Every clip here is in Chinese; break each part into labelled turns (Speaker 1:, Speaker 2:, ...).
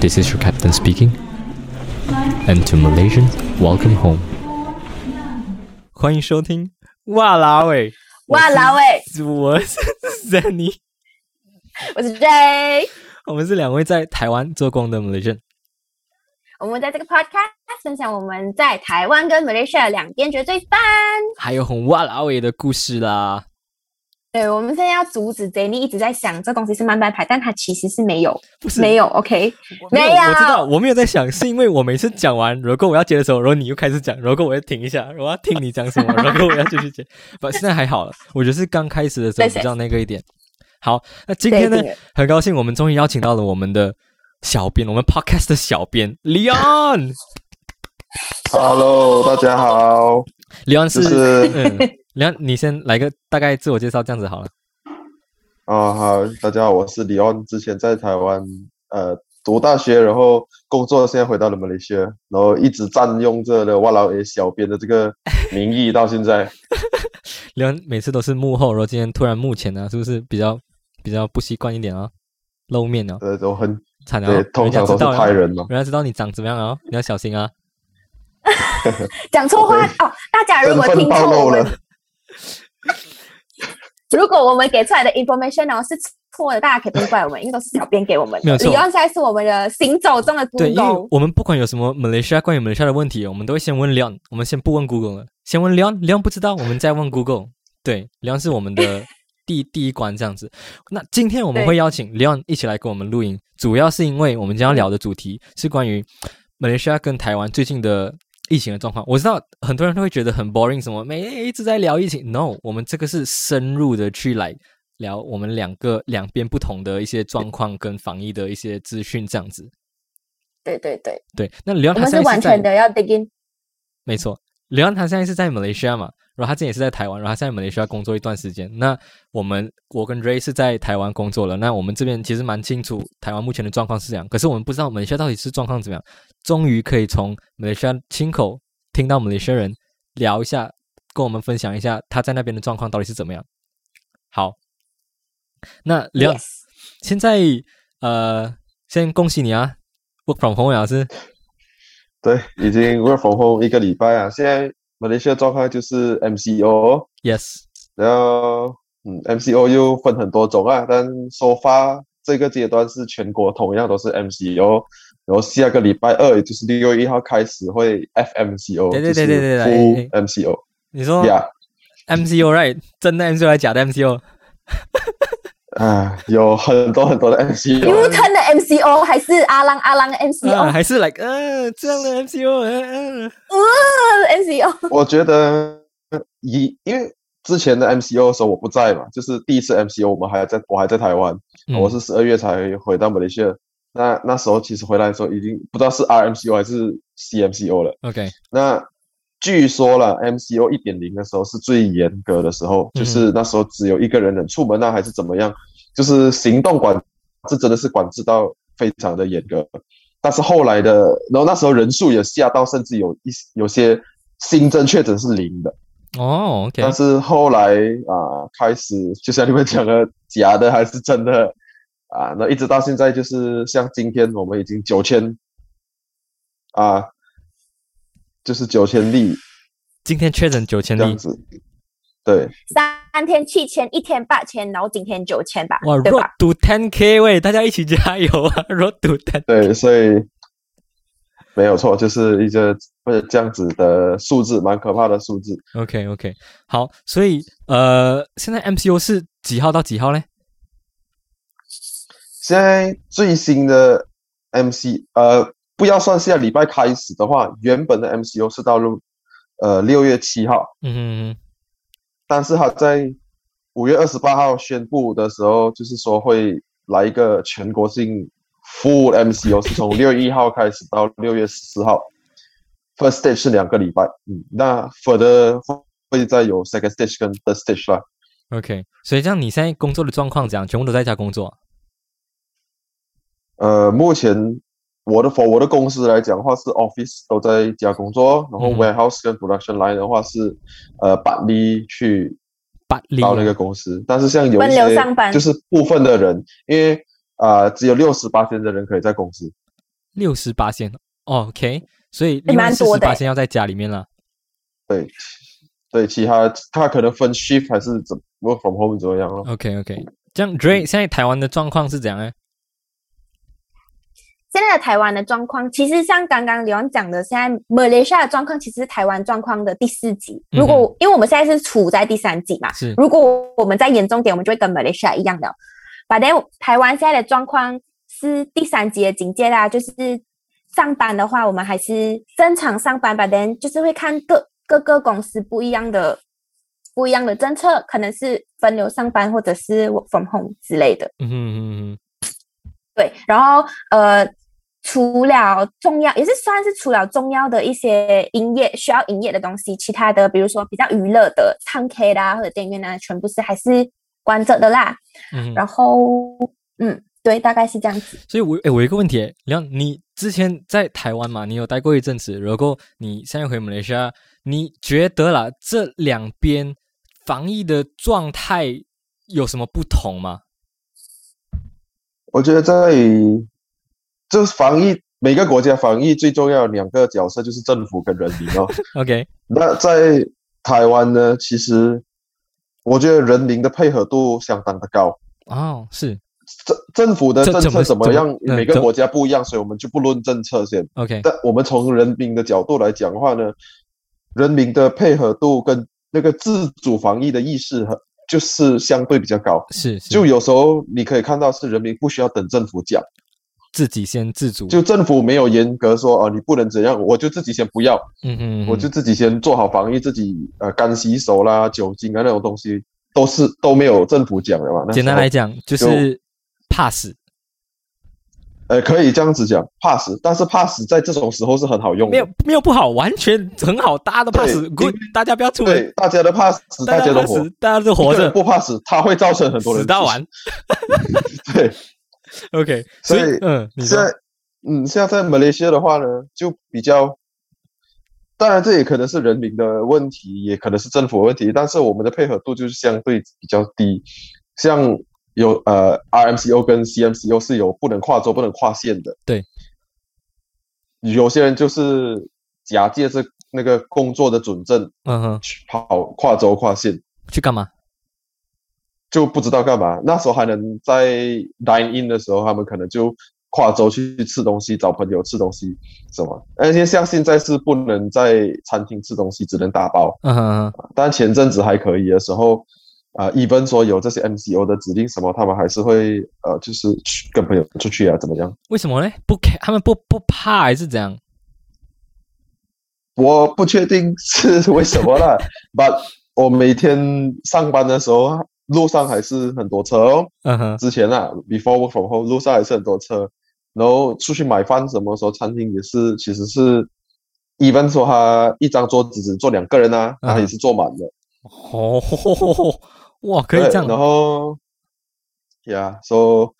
Speaker 1: This is your captain speaking. And to Malaysians, welcome home. 欢迎收听哇啦喂，
Speaker 2: 哇啦喂，
Speaker 1: 我是 Zenny，
Speaker 2: 我是 J，
Speaker 1: 我们是两位在台湾做工的 Malaysian。
Speaker 2: 我们在这个 podcast 分享我们在台湾跟 Malaysia 两边觉得最棒。
Speaker 1: 还有很哇啦喂的故事啦。
Speaker 2: 对，我们现在要阻止 Jenny 一直在想这东西是慢半拍，但它其实是没有，
Speaker 1: 不是
Speaker 2: 没有，OK，
Speaker 1: 我
Speaker 2: 没有
Speaker 1: 我知道，我没有在想，是因为我每次讲完，如果我要接的时候，然后你又开始讲，然后我要停一下，我要听你讲什 么，然后我要继续接。不，现在还好了，我觉得是刚开始的时候
Speaker 2: 对
Speaker 1: 比较那个一点。好，那今天呢
Speaker 2: 对对，
Speaker 1: 很高兴我们终于邀请到了我们的小编，我们 podcast 的小编 Leon。
Speaker 3: Hello，大家好，
Speaker 1: Leon，
Speaker 3: 就是是
Speaker 1: 嗯，Leon，你先来个大概自我介绍，这样子好了。
Speaker 3: 啊，好，大家好，我是李昂，之前在台湾呃读大学，然后工作，现在回到了马来西亚，然后一直占用着了哇老爷小编的这个名义到现在。
Speaker 1: Leon 每次都是幕后，然后今天突然幕前呢、是不是比较比较不习惯一点啊？露面啊，
Speaker 3: 呃，都很
Speaker 1: 惨啊！
Speaker 3: 对，通常
Speaker 1: 人
Speaker 3: 都是
Speaker 1: 家知道
Speaker 3: 拍
Speaker 1: 了
Speaker 3: 人嘛。
Speaker 1: 人家知道你长怎么样啊，你要小心啊！
Speaker 2: 讲错话哦。大家如
Speaker 3: 身
Speaker 2: 果
Speaker 3: 份
Speaker 2: 听
Speaker 3: 暴
Speaker 2: 错我
Speaker 3: 露了
Speaker 2: 们，， 如果我们给出来的 information 哦是错的，大家可以不用怪我们，因为都是小编给我们
Speaker 1: 没有
Speaker 2: 的。
Speaker 1: 错
Speaker 2: 李昂现在是我们的行走中的
Speaker 1: 对，因为
Speaker 2: Google，
Speaker 1: 我们不管有什么 Malaysia 关于 Malaysia 的问题，我们都会先问 Leon，我们先不问 Google 了，先问 Leon，Leon 不知道，我们再问 Google。对，Leon 是我们的第第一关这样子。那今天我们
Speaker 2: 对
Speaker 1: 会邀请 Leon 一起来跟我们录音，主要是因为我们今天要聊的主题是关于 Malaysia 跟台湾最近的疫情的状况。我知道很多人都会觉得很 boring，什么每天一直在聊疫情。No，我们这个是深入的去来聊我们两个两边不同的一些状况跟防疫的一些资讯这样子。
Speaker 2: 对对对，
Speaker 1: 对，那刘安
Speaker 2: 我
Speaker 1: 他
Speaker 2: 们
Speaker 1: 现在
Speaker 2: 是
Speaker 1: 是
Speaker 2: 完全
Speaker 1: 在
Speaker 2: 的要 dig in。
Speaker 1: 没错，刘安他现在是在马来西亚嘛，然后他之前也是在台湾，然后他现在马来西亚工作一段时间。那我们我跟 Ray 是在台湾工作了，那我们这边其实蛮清楚台湾目前的状况是这样，可是我们不知道马来西亚到底是状况怎么样。终于可以从马来西亚亲口听到马来西亚人聊一下，跟我们分享一下他在那边的状况到底是怎么样。好，那刘安
Speaker 2: Yes
Speaker 1: 现在呃，先恭喜你啊，work from home 啊是。
Speaker 3: 对，已经 work from home 一个礼拜啊。现在马来西亚状况就是 MCO，
Speaker 1: Yes，
Speaker 3: 然后嗯，MCO 又分很多种啊，但收发这个阶段是全国同样都是 MCO，然后下个礼拜二，也就是六月一号开始会 FMCO，
Speaker 1: 对对
Speaker 3: 就是
Speaker 1: 对对对对
Speaker 3: full
Speaker 1: 哎哦
Speaker 3: MCO
Speaker 1: 你说
Speaker 3: 呀，
Speaker 1: MCO right？真的 MCO 还是假的 MCO？
Speaker 3: 啊，有很多很多的
Speaker 2: U
Speaker 3: MCO，
Speaker 2: turn 的 MCO 还是啊阿郎阿郎的 MCO，
Speaker 1: 啊还是 like 呃这样的 MCO？嗯、嗯，
Speaker 2: 呃 MCO。
Speaker 3: 我觉得以因为之前的 MCO 的时候我不在嘛，就是第一次 MCO 我们还在我还在台湾，
Speaker 1: 嗯
Speaker 3: 我
Speaker 1: 哦
Speaker 3: 是十二月才回到马来西亚。那那时候其实回来的时候已经不知道是 RMCO 还是 CMCO 了。
Speaker 1: OK
Speaker 3: 那据说了，MCO 一点零的时候是最严格的时候，
Speaker 1: 嗯
Speaker 3: 就是那时候只有一个人能出门啊，还是怎么样，就是行动管制真的是管制到非常的严格。但是后来的，然后那时候人数也下到，甚至有一有些新增确诊是零的。
Speaker 1: 哦、o k
Speaker 3: 但是后来啊、开始就像你们讲的，假的还是真的啊、那一直到现在，就是像今天我们已经九千啊，就是九千例
Speaker 1: 今天确诊九千
Speaker 3: 这样
Speaker 1: 例，
Speaker 3: 子。对，
Speaker 2: 三天七千，一天八千，然后今天九千吧，
Speaker 1: 哇
Speaker 2: 对吧
Speaker 1: ，Road to 10K 喂，大家一起加油啊 ！Road to 10，
Speaker 3: 对，所以没有错，就是一个或者这样子的数字，蛮可怕的数字。
Speaker 1: OK OK，好，所以呃，现在 MCO 是几号到几号嘞？
Speaker 3: 现在最新的 MC 呃，不要算下礼拜开始的话，原本的 MCO 是到六呃六月七号，
Speaker 1: 嗯
Speaker 3: 但是他在五月二十八号宣布的时候，就是说会来一个全国性 full MCO，是从六月一号开始到六月十四号，first stage 是两个礼拜，嗯，那 further 会再有 second stage 跟 third stage 啦。
Speaker 1: 哼，OK，所嗯以这样你现在工作的状况怎样？全部都在家工作啊？
Speaker 3: 呃，目前我的 for 我的公司来讲的话，是 office 都在家工作，然后
Speaker 1: 嗯
Speaker 3: warehouse 跟 production line 的话是呃把力去
Speaker 1: 八例
Speaker 3: 到那个公司，但是像有一
Speaker 2: 轮流上班
Speaker 3: 些就是部分的人，因为啊、只有六十八天的人可以在公司，
Speaker 1: 六十八仙，OK，所以
Speaker 2: 诶
Speaker 1: 另外
Speaker 2: 蛮
Speaker 1: 四
Speaker 2: 多
Speaker 1: 十
Speaker 2: 的
Speaker 1: 八
Speaker 2: 诶
Speaker 1: 仙要在家里面了。
Speaker 3: 对，对，其他他可能分 shift 还是怎 work from home 怎么样咯。
Speaker 1: OK OK，这样
Speaker 3: 嗯
Speaker 1: Dray 现在台湾的状况是怎样呢？
Speaker 2: 现在的台湾的状况，其实像刚刚刘洋讲的，现在 Malaysia 的状况其实是台湾状况的第四级。如果、因为我们现在是处在第三级嘛，
Speaker 1: 是
Speaker 2: 如果我们再严重点，我们就会跟 Malaysia 一样的。反正台湾现在的状况是第三级的警戒啦，就是上班的话，我们还是正常上班，反正就是会看各各个公司不一样的不一样的政策，可能是分流上班或者是 work from home 之类的。
Speaker 1: 嗯哼嗯哼，
Speaker 2: 对，然后呃，除了重要，也是算是除了重要的一些营业需要营业的东西，其他的比如说比较娱乐的，唱 K 啦或者电影院啊，全部是还是关着的啦。
Speaker 1: 嗯哼，
Speaker 2: 然后嗯，对，大概是这样子。
Speaker 1: 所以我诶，我有一个问题，梁，你之前在台湾嘛，你有待过一阵子，然后你现在回马来西亚，你觉得啦，这两边防疫的状态有什么不同吗？
Speaker 3: 我觉得在就是防疫，每个国家防疫最重要的两个角色就是政府跟人民哦。
Speaker 1: OK，
Speaker 3: 那在台湾呢，其实我觉得人民的配合度相当的高。
Speaker 1: 哦，是
Speaker 3: 政政府的
Speaker 1: 这
Speaker 3: 政
Speaker 1: 怎
Speaker 3: 策
Speaker 1: 么
Speaker 3: 怎么
Speaker 1: 怎么
Speaker 3: 样，
Speaker 1: 嗯
Speaker 3: 每个
Speaker 1: 怎
Speaker 3: 国家不一样，所以我们就不论政策先。
Speaker 1: OK，
Speaker 3: 但我们从人民的角度来讲的话呢，人民的配合度跟那个自主防疫的意识和就是相对比较高。
Speaker 1: 是是
Speaker 3: 就有时候你可以看到是人民不需要等政府讲，
Speaker 1: 自己先自足，
Speaker 3: 就政府没有严格说啊、你不能怎样，我就自己先不要，
Speaker 1: 嗯哼，嗯
Speaker 3: 我
Speaker 1: 哼
Speaker 3: 就自己先做好防疫，自己呃干洗手啦、酒精啊那种东西都是都没有政府讲的嘛。那时候
Speaker 1: 简单来，讲就是怕死，
Speaker 3: 呃，可以这样子讲，pass，但是 pass 在这种时候是很好用的，
Speaker 1: 没有没有不好，完全 很好，大家都怕死
Speaker 3: 对
Speaker 1: ，good，大家不要出门
Speaker 3: 对，大家的 pass，
Speaker 1: 大
Speaker 3: 家
Speaker 1: 家
Speaker 3: 都
Speaker 1: 怕
Speaker 3: 活
Speaker 1: 死，，大家都活
Speaker 3: 一个
Speaker 1: 着，
Speaker 3: 人不 pass，它会造成很多人
Speaker 1: 死到完。
Speaker 3: 自死。对，
Speaker 1: OK，
Speaker 3: 所
Speaker 1: 所
Speaker 3: 以
Speaker 1: 以嗯，你
Speaker 3: 现
Speaker 1: 说
Speaker 3: 在，嗯，现在在马来西亚的话呢，就比较，当然这也可能是人民的问题，也可能是政府的问题，但是我们的配合度就是相对比较低。像有呃 RMCO 跟 CMCO 是有不能跨州、不能跨县的。
Speaker 1: 对，
Speaker 3: 有些人就是假借这那个工作的准证
Speaker 1: 嗯哼，
Speaker 3: 去跑跨州跨县。
Speaker 1: 去干嘛？
Speaker 3: 就不知道干嘛。那时候还能在 dine in 的时候，他们可能就跨州去吃东西，找朋友吃东西什么。而且像现在是不能在餐厅吃东西，只能打包。
Speaker 1: 嗯哼嗯哼
Speaker 3: 但前阵子还可以的时候，啊、一 e v e n 说有这些 MCO 的指令什么，他们还是会呃，就是去跟朋友出去啊，怎么样？
Speaker 1: 为什么呢？不 care，他们不不怕还是怎样？
Speaker 3: 我不确定是为什么啦，but 我每天上班的时候，路上还是很多车哦。
Speaker 1: 嗯哼，
Speaker 3: 之前啊，before work from home 路上还是很多车，然后出去买饭什么时候，餐厅也是其实是，even 说他一张桌子只坐两个人啊，
Speaker 1: 嗯
Speaker 3: 他也是坐满的。
Speaker 1: 哦， 哇，可以
Speaker 3: 对
Speaker 1: 这样
Speaker 3: 然后，yeah，so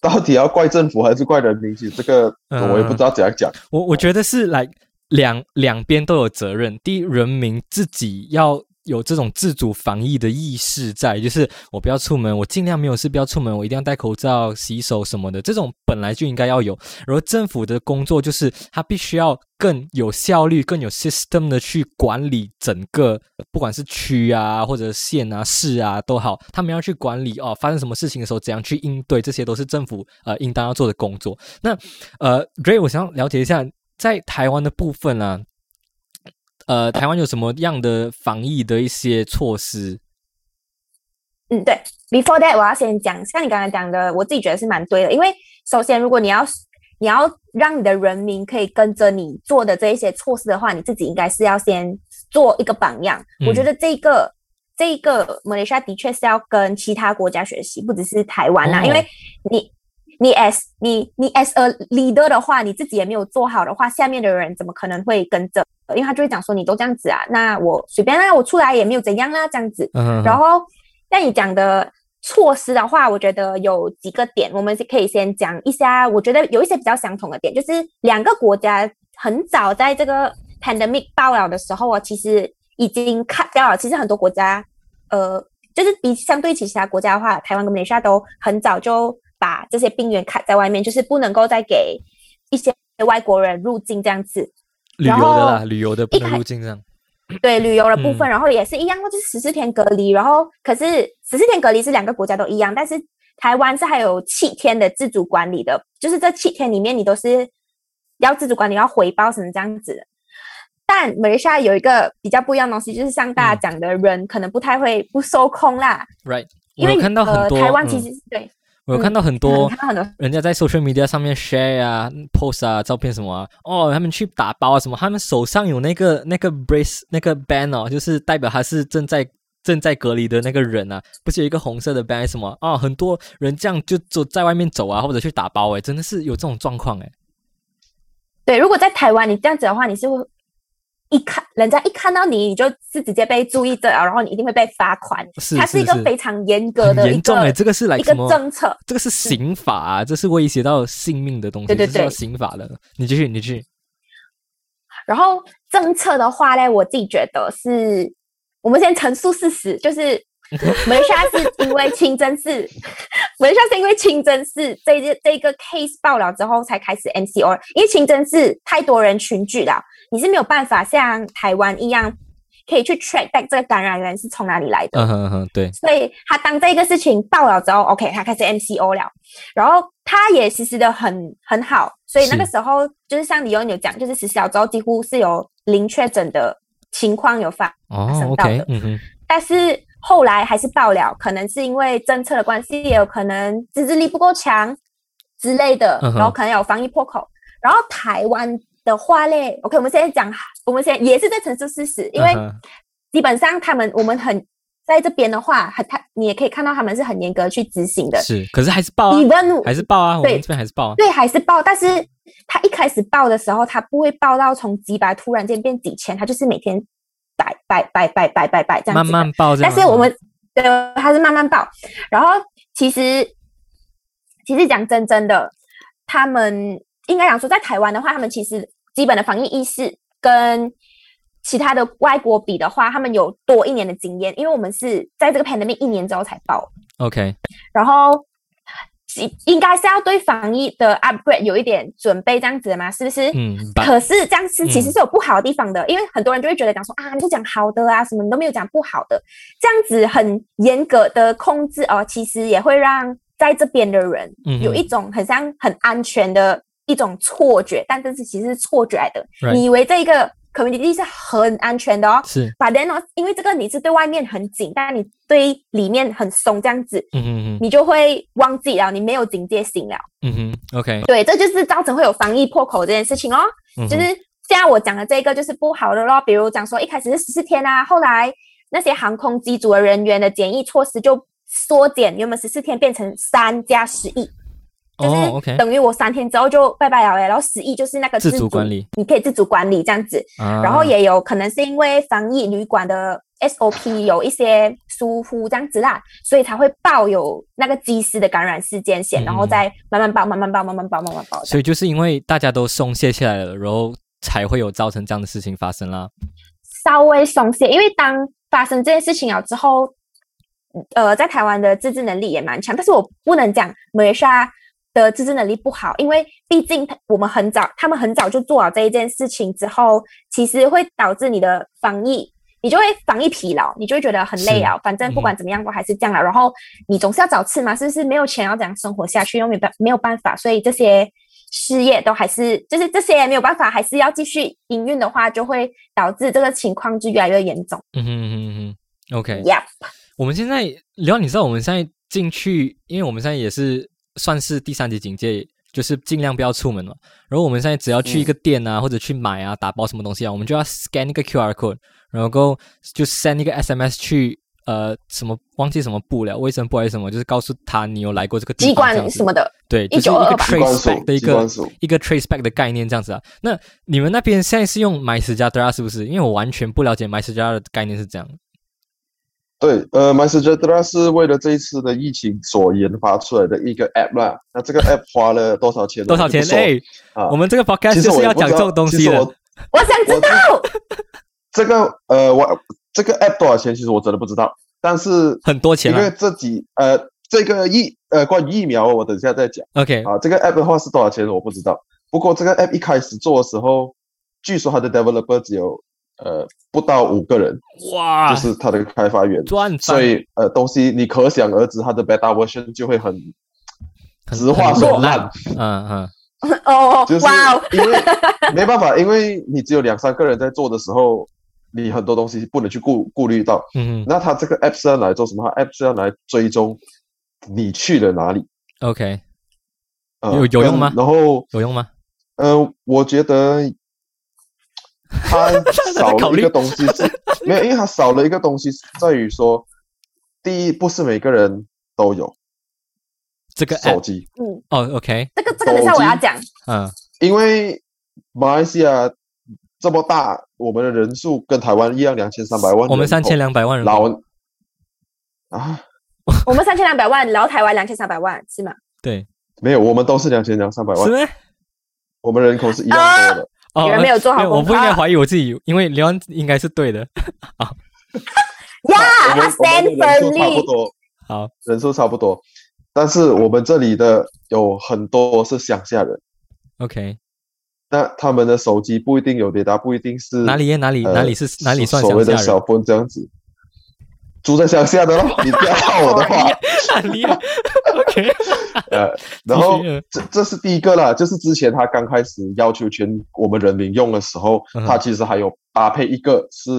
Speaker 3: 到底要怪政府还是怪人民？其实这个
Speaker 1: 呃
Speaker 3: 我也不知道怎样讲。
Speaker 1: 我我觉得是来两两边都有责任。第一，人民自己要有这种自主防疫的意识在，就是我不要出门，我尽量没有事不要出门，我一定要戴口罩、洗手什么的，这种本来就应该要有。而政府的工作就是它必须要更有效率、更有 system 的去管理整个，不管是区啊、或者县啊、市啊都好，他们要去管理哦，发生什么事情的时候怎样去应对，这些都是政府呃应当要做的工作。那呃，Ray，我想了解一下，在台湾的部分啊，呃，台湾有什么样的防疫的一些措施？
Speaker 2: 嗯，对。Before that，我要先讲，像你刚才讲的，我自己觉得是蛮对的。因为首先，如果你要你要让你的人民可以跟着你做的这一些措施的话，你自己应该是要先做一个榜样。我觉
Speaker 1: 嗯
Speaker 2: 得这个这一个马来西亚的确是要跟其他国家学习，不只是台湾呐、啊因
Speaker 1: 哦
Speaker 2: 为你你 as 你你 as a leader 的话，你自己也没有做好的话，下面的人怎么可能会跟着？因为他就会讲说你都这样子啊，那我随便啊啦，我出来也没有怎样啦，这样子。
Speaker 1: 嗯，
Speaker 2: 然后，那你讲的措施的话，我觉得有几个点，我们是可以先讲一下。我觉得有一些比较相同的点，就是两个国家很早在这个 pandemic 爆了的时候啊，其实已经 cut 掉了。其实很多国家，呃，就是比相对其他国家的话，台湾跟马来西亚都很早就。把这些病源卡在外面，就是不能够再给一些外国人入境这样子。
Speaker 1: 旅游
Speaker 2: 然
Speaker 1: 的啦，
Speaker 2: 后
Speaker 1: 旅游的不
Speaker 2: 一
Speaker 1: 能
Speaker 2: 开
Speaker 1: 入境这样。
Speaker 2: 对旅游的部分，
Speaker 1: 嗯
Speaker 2: 然后也是一样，就是十四天隔离。然后可是十四天隔离是两个国家都一样，但是台湾是还有七天的自主管理的，就是这七天里面你都是要自主管理，要回报什么这样子的。但马来西亚有一个比较不一样的东西，就是像
Speaker 1: 嗯
Speaker 2: 大家讲的人可能不太会不收空啦，
Speaker 1: Right，
Speaker 2: 因
Speaker 1: 我
Speaker 2: 为
Speaker 1: 有看到很
Speaker 2: 呃
Speaker 1: 多，
Speaker 2: 台湾
Speaker 1: 嗯
Speaker 2: 其实、对，
Speaker 1: 我有看
Speaker 2: 嗯
Speaker 1: 到很
Speaker 2: 你
Speaker 1: 多
Speaker 2: 看到很多
Speaker 1: 人家在 social media 上面 share 啊、post 啊、照片什么啊，哦，他们去打包啊什么，他们手上有那个那个 brace 那个 band 哦，就是代表他是正在正在隔离的那个人啊，不是有一个红色的 band 还是什么啊、哦？很多人这样就走在外面走啊，或者去打包、诶，真的是有这种状况欸诶。
Speaker 2: 对，如果在台湾你这样子的话，你是会一看人家一看到你，你就是直接被注意到，然后你一定会被罚款。
Speaker 1: 是
Speaker 2: 它
Speaker 1: 是
Speaker 2: 是一个
Speaker 1: 是
Speaker 2: 非常严格
Speaker 1: 很
Speaker 2: 的一
Speaker 1: 严重诶，
Speaker 2: 个
Speaker 1: 这个是来
Speaker 2: 一
Speaker 1: 什
Speaker 2: 个
Speaker 1: 么？
Speaker 2: 政策。
Speaker 1: 这个是刑法、啊，这是威胁到性命的东西，
Speaker 2: 对对
Speaker 1: 这是要
Speaker 2: 对
Speaker 1: 刑法的。你继续，你继续。
Speaker 2: 然后政策的话呢，我自己觉得是，我们先陈述事实，就是马来西亚是因为清真寺， 马来西亚是因为清真寺这一这一个 case 爆了之后才开始 MCO，因为清真寺太多人群聚了，你是没有办法像台湾一样可以去 track back 这个感染源是从哪里来的。
Speaker 1: 嗯哼嗯哼，对，
Speaker 2: 所以他当这个事情爆了之后，OK，他开始 MCO 了，然后他也实施的很很好，所以那个
Speaker 1: 是
Speaker 2: 时候就是像李优有讲，就是实施了之后几乎是有零确诊的情况有发，
Speaker 1: 哦
Speaker 2: 省道
Speaker 1: ，OK，
Speaker 2: 的
Speaker 1: 嗯哼，
Speaker 2: 但是后来还是爆了，可能是因为政策的关系，也有可能自制力不够强之类的，
Speaker 1: 嗯哼
Speaker 2: 然后可能有防疫破口。然后台湾的话嘞，OK，我们现在讲，我们现在也是在陈述事实，因为
Speaker 1: 嗯哼
Speaker 2: 基本上他们我们很在这边的话，很他你也可以看到他们是很严格去执行的。
Speaker 1: 是，可是还是报啊，
Speaker 2: even
Speaker 1: 还是报啊，我
Speaker 2: 对
Speaker 1: 们这边还是报啊。
Speaker 2: 对还是报，但是他一开始报的时候，他不会报到从几百突然间变几千，他就是每天百百百百百百百这样
Speaker 1: 慢
Speaker 2: 子的。
Speaker 1: 慢报这
Speaker 2: 但
Speaker 1: 样啊。
Speaker 2: 是我们对他是慢慢报，然后其实其实讲真真的，他们应该讲说，在台湾的话，他们其实基本的防疫意识跟其他的外国比的话，他们有多一年的经验，因为我们是在这个 pandemic 一年之后才报，哎
Speaker 1: OK，
Speaker 2: 然后其应该是要对防疫的 upgrade 有一点准备，这样子的嘛，是不是？
Speaker 1: 嗯，把
Speaker 2: 可是这样是其实
Speaker 1: 嗯
Speaker 2: 是有不好的地方的，因为很多人就会觉得讲说啊，你不讲好的啊，什么你都没有讲不好的，这样子很严格的控制哦，其实也会让在这边的人
Speaker 1: 嗯哼
Speaker 2: 有一种很像很安全的一种错觉，但这是其实是错觉来的。
Speaker 1: Right
Speaker 2: 你以为这个 community 是很安全的哦，
Speaker 1: 是，
Speaker 2: 把 then 哦，因为这个你是对外面很紧，但你对里面很松，这样子
Speaker 1: 嗯哼嗯哼
Speaker 2: 你就会忘记了，你没有警戒心了。
Speaker 1: 嗯哼，OK，
Speaker 2: 对，这就是造成会有防疫破口这件事情哦。
Speaker 1: 嗯哼
Speaker 2: 就是现在我讲的这个就是不好的咯，比如讲说一开始是十四天啊，后来那些航空机组的人员的检疫措施就缩减，原本十四天变成三加十一，就
Speaker 1: 哦
Speaker 2: 是
Speaker 1: ，OK，
Speaker 2: 等于我三天之后就拜拜了耶，然后十一就是那个
Speaker 1: 自
Speaker 2: 自
Speaker 1: 主管理，啊
Speaker 2: 你可以自主管理这啊样子，
Speaker 1: 然
Speaker 2: 然后也有可能是因为防疫旅馆的 SOP 有一些疏忽这样子啦，所以才会爆有那个机师的感染事件
Speaker 1: 嗯
Speaker 2: 线，然后再慢慢爆、慢慢爆、慢慢爆、慢慢爆这样。
Speaker 1: 所以就是因为大家都松懈下来了，然后才会有造成这样的事情发生啦。
Speaker 2: 稍微松懈，因为当发生这件事情了之后，呃，在台湾的自制能力也蛮强，但是我不能讲马来西亚的自制能力不好，因为毕竟他我们很早，他们很早就做好这一件事情之后，其实会导致你的防疫。你就会防疫疲劳，你就会觉得很累啊。反正不
Speaker 1: 嗯
Speaker 2: 管怎么样，我还是这样了。然后你总是要找吃嘛，是不是？没有钱要怎样生活下去，又没办没有办法，所以这些失业都还是就是这些没有办法，还是要继续营运的话，就会导致这个情况就越来越严重。
Speaker 1: 嗯哼嗯哼嗯哼，OK，
Speaker 2: Yeah，
Speaker 1: 我们现在聊，你知道我们现在进去，因为我们现在也是算是第三级警戒，就是尽量不要出门嘛。然后我们现在只要去一个店啊，或者去买啊、打包什么东西啊，我们就要 scan 一个 QR code，然后就 send 一个 SMS 去呃什么忘记什么部了，卫生部还是什么，就是告诉他你有来过这个地
Speaker 2: 机
Speaker 1: 方这样
Speaker 2: 关
Speaker 1: 子
Speaker 2: 什 么的，
Speaker 1: 对，就是一
Speaker 2: 1922
Speaker 1: 个
Speaker 2: 吧
Speaker 3: 机关
Speaker 1: trace
Speaker 3: 署
Speaker 1: back 的一
Speaker 3: 机关
Speaker 1: 个
Speaker 3: 署
Speaker 1: 一个 trace back 的概念这样子啊。那你们那边现在是用 My 十加 d r a 是不是？因为我完全不了解 My 十加的概念是怎样的。
Speaker 3: 对，呃 m y s u g e t r a 是为了这一次的疫情所研发出来的一个 app 啦。那这个 app 花了多少钱呢？
Speaker 1: 多少钱
Speaker 3: 我？就不说
Speaker 1: 哎，
Speaker 3: 啊
Speaker 1: 我们这个 podcast
Speaker 3: 其实
Speaker 1: 就
Speaker 3: 我
Speaker 1: 是
Speaker 3: 也
Speaker 1: 要
Speaker 3: 不知
Speaker 1: 讲这种
Speaker 3: 道，
Speaker 1: 东
Speaker 3: 其
Speaker 1: 西
Speaker 3: 实
Speaker 1: 的
Speaker 3: 我。
Speaker 2: 我想知道。
Speaker 3: 这个呃，我这个 app 多少钱？其实我真的不知道。但是
Speaker 1: 很多钱
Speaker 3: 因为
Speaker 1: 啊，
Speaker 3: 这几呃，这个疫呃关于疫苗，我等一下再讲
Speaker 1: OK，
Speaker 3: 啊。这个 app 的话是多少钱我不知道，不过这个 app 一开始做的时候，据说它的 developer 只有呃不到五个人，
Speaker 1: 哇
Speaker 3: 就，是它的开发员，
Speaker 1: 赚翻，
Speaker 3: 所以呃东西你可想而知，它的 beta version 就会很
Speaker 1: 很
Speaker 3: 实话
Speaker 1: 很
Speaker 3: 说
Speaker 1: 很
Speaker 3: 烂
Speaker 1: 烂，，嗯嗯
Speaker 2: 哦
Speaker 3: 就，是
Speaker 2: 哇哦，
Speaker 3: 因为没办法，因为你只有两三个人在做的时候，你很多东西不能去顾顾虑到。
Speaker 1: 嗯
Speaker 3: 那它这个 app 是要拿来做什么？它 app 是要拿来追踪你去了哪里。
Speaker 1: 哼，OK，
Speaker 3: 呃、
Speaker 1: 有有用吗
Speaker 3: 跟然后，
Speaker 1: 有用吗？
Speaker 3: 呃，我觉得它 少
Speaker 1: 考
Speaker 3: 了
Speaker 1: 虑
Speaker 3: 一个东西是， 没有，因为它少了一个东西是在于说，第一，不是每个人都有
Speaker 1: 这个
Speaker 3: 手
Speaker 1: app
Speaker 3: 机，
Speaker 2: 嗯，
Speaker 1: 哦，OK，
Speaker 2: 这个这个等一下我要讲，
Speaker 1: 嗯
Speaker 3: 因为马来西亚这么大，我们的人数跟台湾一样，两千三百万，
Speaker 1: 我们三千两百万人口
Speaker 3: 老啊，
Speaker 2: 我们三千两百万，然后台湾两千三百万，是吗？
Speaker 1: 对，
Speaker 3: 没有，我们都是两千两三百
Speaker 1: 是
Speaker 3: 万，
Speaker 1: 吗？
Speaker 3: 我们人口是一样多的。
Speaker 1: 哦
Speaker 2: 有，人没有做好
Speaker 1: 没有我
Speaker 2: 功
Speaker 1: 不
Speaker 2: 课啊
Speaker 1: 应该怀疑我自己，因为刘安应该是对的。
Speaker 2: 呀，
Speaker 3: 我们
Speaker 2: 他
Speaker 3: 我们
Speaker 2: stand
Speaker 3: 人数差
Speaker 2: firmly
Speaker 3: 不。多，
Speaker 1: 好，
Speaker 3: 人数差不多，但是我们这里的有很多是乡下人，
Speaker 1: OK，
Speaker 3: 那他们的手机不一定有雷达，不一定是
Speaker 1: 哪里耶？哪里
Speaker 3: 呃
Speaker 1: 哪里是哪里算
Speaker 3: 所所谓
Speaker 1: 乡
Speaker 3: 的
Speaker 1: 下
Speaker 3: 小
Speaker 1: 人？
Speaker 3: 分这样子，住在乡下的咯，你不要套我 的话，
Speaker 1: 很厉害。OK，
Speaker 3: 呃，然后
Speaker 1: 继续呃
Speaker 3: 这这是第一个啦，就是之前他刚开始要求全我们人民用的时候，
Speaker 1: 嗯哼
Speaker 3: 他其实还有搭配一个是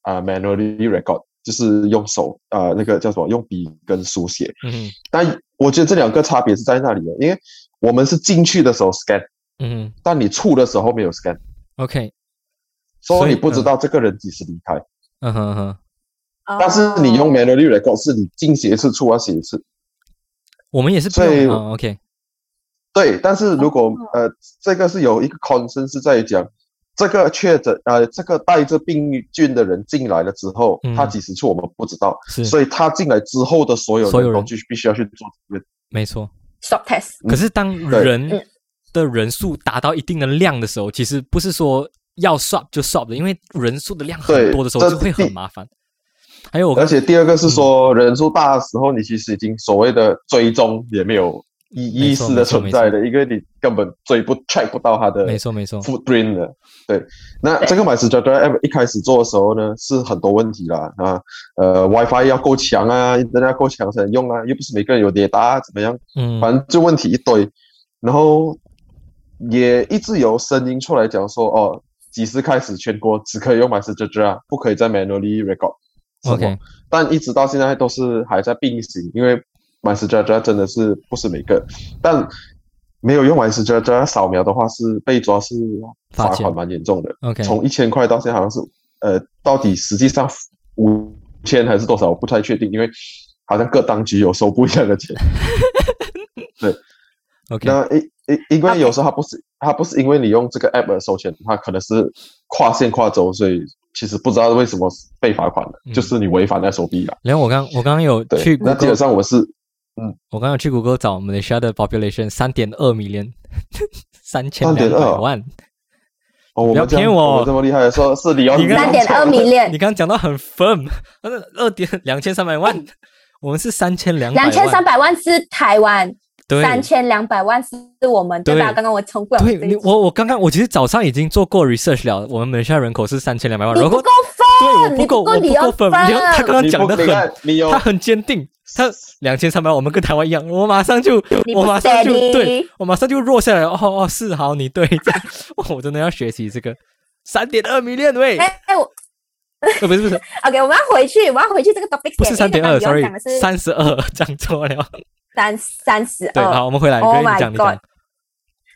Speaker 3: 啊、呃 manually record，就是用手啊、呃那个叫什么用笔跟书写。
Speaker 1: 嗯
Speaker 3: 但我觉得这两个差别是在那里的，因为我们是进去的时候 scan，
Speaker 1: 嗯
Speaker 3: 但你出的时候没有 scan，
Speaker 1: ，OK，
Speaker 3: 所
Speaker 1: 所以
Speaker 3: 以你不知道这个人几时离开。
Speaker 1: 嗯哼哼，
Speaker 3: 但是你用
Speaker 2: 哦
Speaker 3: manually record 是你进写一次，出完写一次。
Speaker 1: 我们也是不
Speaker 3: 所以
Speaker 1: 用哦 OK，
Speaker 3: 对，但是如果
Speaker 1: 哦
Speaker 3: 呃，这个是有一个 concern 是在于讲，这个确诊呃，这个带着病菌的人进来了之后，
Speaker 1: 嗯
Speaker 3: 他几时出我们不知道，
Speaker 1: 是
Speaker 3: 所以他进来之后的所有
Speaker 1: 所有
Speaker 3: 人都
Speaker 1: 人
Speaker 3: 必须必须要去做这个。
Speaker 1: 没错。
Speaker 2: stop test，
Speaker 3: 嗯
Speaker 1: 可是当
Speaker 3: 对
Speaker 1: 人的人数达到一定的量的时候，其实不是说要 swap 就 swap 的，因为人数的量很
Speaker 3: 对
Speaker 1: 多的时候
Speaker 3: 这
Speaker 1: 就会
Speaker 3: 第
Speaker 1: 很麻烦。还有我
Speaker 3: 而
Speaker 1: 刚
Speaker 3: 且第二个是说，人数大的时候，你其实已经所谓的追踪也没有意
Speaker 1: 没
Speaker 3: 意
Speaker 1: 错
Speaker 3: 识的存
Speaker 1: 没错
Speaker 3: 在的，因为你根本追不 track 不到他的
Speaker 1: 没错没错，
Speaker 3: footprint 的。对，那这个买 s t r a t e app 一开始做的时候呢，是很多问题啦啊，呃，WiFi 要够强啊，Internet 要够强才能用啊，又不是每个人有 data 啊怎么样，
Speaker 1: 嗯
Speaker 3: 反正就问题一堆，然后也一直有声音出来讲说，哦，几时开始全国只可以用 m y s t r a t e 啊，不可以再 manually record 什么。
Speaker 1: ，OK，
Speaker 3: 但一直到现在都是还在并行，因为 My s t r a t e 真的是不是每个，但没有用 My s t r a t e 扫描的话是被抓是罚
Speaker 1: 罚钱
Speaker 3: 款蛮严重的，
Speaker 1: OK，
Speaker 3: 从一千块到现在好像是呃，到底实际上五千还是多少我不太确定，因为好像各当局有收不一样的钱。
Speaker 1: OK，
Speaker 3: 那因因因为
Speaker 2: OK
Speaker 3: 有时候它不是它不是因为你用这个 app 而收钱，它可能是跨县跨州，所以其实不知道为什么被罚款的，
Speaker 1: 嗯
Speaker 3: 就是你违反 SOP 了。
Speaker 1: 然后我刚我刚刚有
Speaker 3: 对，
Speaker 1: 去
Speaker 3: 那基
Speaker 1: Google
Speaker 3: 本上我是
Speaker 1: 我刚刚有去谷歌找 Malaysia 的 population 三点二 million，三千两百
Speaker 3: 3.2
Speaker 1: 万。
Speaker 3: 哦，我
Speaker 1: 不要
Speaker 3: 们这样
Speaker 1: 骗我
Speaker 3: 我们这么厉害的时候是李敖
Speaker 1: 你看
Speaker 2: 三点二米链
Speaker 1: 你，刚刚讲到很 firm，二点两千三百万，我们是三千两
Speaker 2: 嗯两千三
Speaker 1: 百
Speaker 2: 百万是台湾，
Speaker 1: 对
Speaker 2: 三千两百万是我们，对吧？
Speaker 1: 对
Speaker 2: 刚刚我重复了
Speaker 1: 对
Speaker 2: 这一
Speaker 1: 你
Speaker 2: 句
Speaker 1: 我我刚刚我其实早上已经做过 research 了，我们马来西亚人口是三千两百万，
Speaker 2: 你
Speaker 1: 然
Speaker 2: 不
Speaker 1: 后
Speaker 2: 够
Speaker 1: 对我
Speaker 2: 分，
Speaker 1: 不
Speaker 2: 你
Speaker 1: 够
Speaker 2: 不
Speaker 1: 我
Speaker 2: 够
Speaker 1: 不够
Speaker 2: 你要
Speaker 1: firm，
Speaker 2: 分，
Speaker 1: 然后他刚刚
Speaker 3: 你
Speaker 1: 讲
Speaker 3: 不
Speaker 1: 的
Speaker 3: 你看
Speaker 1: 很，
Speaker 3: 你有
Speaker 1: 他很坚定，他两千三百万，我们跟台湾一样，我马上就
Speaker 2: 你
Speaker 1: 我
Speaker 2: 不
Speaker 1: 马上就
Speaker 2: steady
Speaker 1: 对我马上就弱下来，哦哦是好你对，这样我真的要学习这个三点二米链喂，
Speaker 2: 哎哎，我
Speaker 1: 呃不是不是。
Speaker 2: OK，我们要回去，我们要回去这个 topic
Speaker 1: 不是三
Speaker 2: 先
Speaker 1: 点
Speaker 2: 因为
Speaker 1: 二
Speaker 2: 刚刚
Speaker 1: ，sorry，
Speaker 2: 讲的是
Speaker 1: 三十二， 讲错了。
Speaker 2: 三三十
Speaker 1: 对，
Speaker 2: 二。
Speaker 1: 好，我们回来，
Speaker 2: Oh
Speaker 1: 可以你
Speaker 2: my
Speaker 1: 讲，你
Speaker 2: God
Speaker 1: 讲。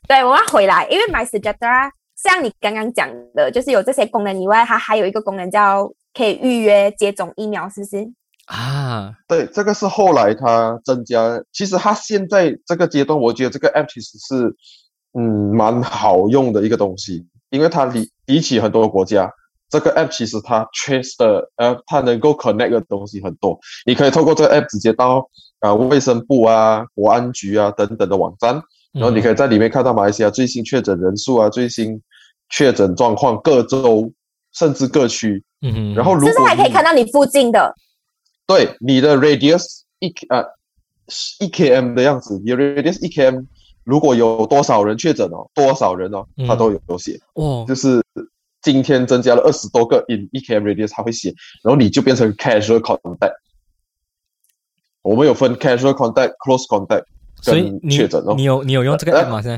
Speaker 2: 对，我要回来，因为 My Sejahtera 像你刚刚讲的，就是有这些功能以外，它还有一个功能叫可以预约接种疫苗，是不是？
Speaker 1: 啊，
Speaker 3: 对这个是后来它增加，其实它现在这个阶段，我觉得这个 app 其实是嗯蛮好用的一个东西，因为它比比起很多国家。这个 app 其实它缺的，呃，它能够 connect 的东西很多。你可以透过这个 app 直接到啊、呃卫生部啊、国安局啊等等的网站，
Speaker 1: 嗯
Speaker 3: 然后你可以在里面看到马来西亚最新确诊人数啊、最新确诊状况、各州甚至各区。
Speaker 1: 以，嗯哼
Speaker 3: 然后如
Speaker 2: 就是
Speaker 3: 果
Speaker 2: 还可以
Speaker 3: 你
Speaker 2: 看到你附近的
Speaker 3: 对你的 radius 一呃一 km 的样子，你的 radius 一 km 如果有多少人确诊哦，多少人哦，
Speaker 1: 嗯
Speaker 3: 它都有有写，
Speaker 1: 哦，
Speaker 3: 就是今天增加了二十多个 in 一 km radius，它会写，然后你就变成 casual contact。我们有分 casual contact、close contact
Speaker 1: 所以
Speaker 3: 跟
Speaker 1: 你
Speaker 3: 确诊哦
Speaker 1: 你。有你有用这个
Speaker 3: 呃
Speaker 1: app 吗？现在？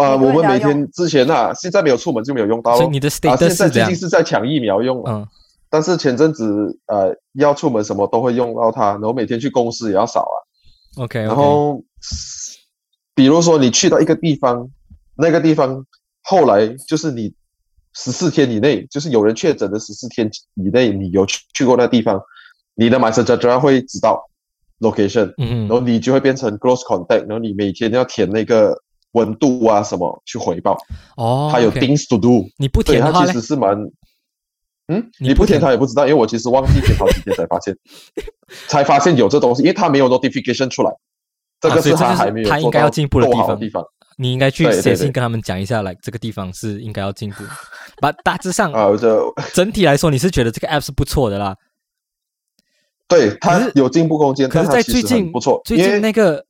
Speaker 3: 啊，
Speaker 2: 每个
Speaker 3: 我
Speaker 2: 人
Speaker 3: 们
Speaker 2: 都要
Speaker 3: 每
Speaker 2: 用
Speaker 3: 天之前啊，现在没有出门就没有用到
Speaker 1: 所以
Speaker 3: 咯。
Speaker 1: 你的
Speaker 3: 啊，现
Speaker 1: status
Speaker 3: 在
Speaker 1: 是这
Speaker 3: 最
Speaker 1: 样
Speaker 3: 近？是在抢疫苗用了，
Speaker 1: 嗯，
Speaker 3: 但是前阵子呃要出门什么都会用到它，然后每天去公司也要扫啊。
Speaker 1: OK，
Speaker 3: 然后，比如说你去到一个地方，那个地方后来就是你十四天以内，就是有人确诊的十四天以内，你有去去过那地方，你的 My s e r g 会知道 location，
Speaker 1: 嗯嗯
Speaker 3: 然后你就会变成 close contact，然后你每天要填那个温度啊什么去回报，
Speaker 1: 哦，
Speaker 3: 它有
Speaker 1: OK
Speaker 3: things to do，
Speaker 1: 你不
Speaker 3: 对
Speaker 1: 填的
Speaker 3: 它
Speaker 1: 话嘞
Speaker 3: 其实，是蛮。嗯，
Speaker 1: 你
Speaker 3: 你
Speaker 1: 不
Speaker 3: 不填
Speaker 1: 填
Speaker 3: 它也不知道，因为我其实忘记填好几天才发 现，才发现有这东西，因为它没有 notification 出来，这
Speaker 1: 啊
Speaker 3: 个
Speaker 1: 所以
Speaker 3: 是
Speaker 1: 这就
Speaker 3: 它
Speaker 1: 是
Speaker 3: 还没有
Speaker 1: 它应
Speaker 3: 做
Speaker 1: 该要
Speaker 3: 到
Speaker 1: 进步的
Speaker 3: 够
Speaker 1: 地
Speaker 3: 好
Speaker 1: 方嗯
Speaker 3: 地方
Speaker 1: 你应该去
Speaker 3: 对对
Speaker 1: 写
Speaker 3: 对
Speaker 1: 信跟他们讲一下，来这个地方是应该要 进步。把大致上
Speaker 3: 啊，这
Speaker 1: 整体来说，你是觉得这个 app 是不错的啦。
Speaker 3: 对它
Speaker 1: 可是
Speaker 3: 有进步空间，
Speaker 1: 可
Speaker 3: 但
Speaker 1: 是，
Speaker 3: 它
Speaker 1: 在
Speaker 3: 其
Speaker 1: 最
Speaker 3: 实很
Speaker 1: 近
Speaker 3: 不错，
Speaker 1: 最
Speaker 3: 因
Speaker 1: 近
Speaker 3: 为
Speaker 1: 那个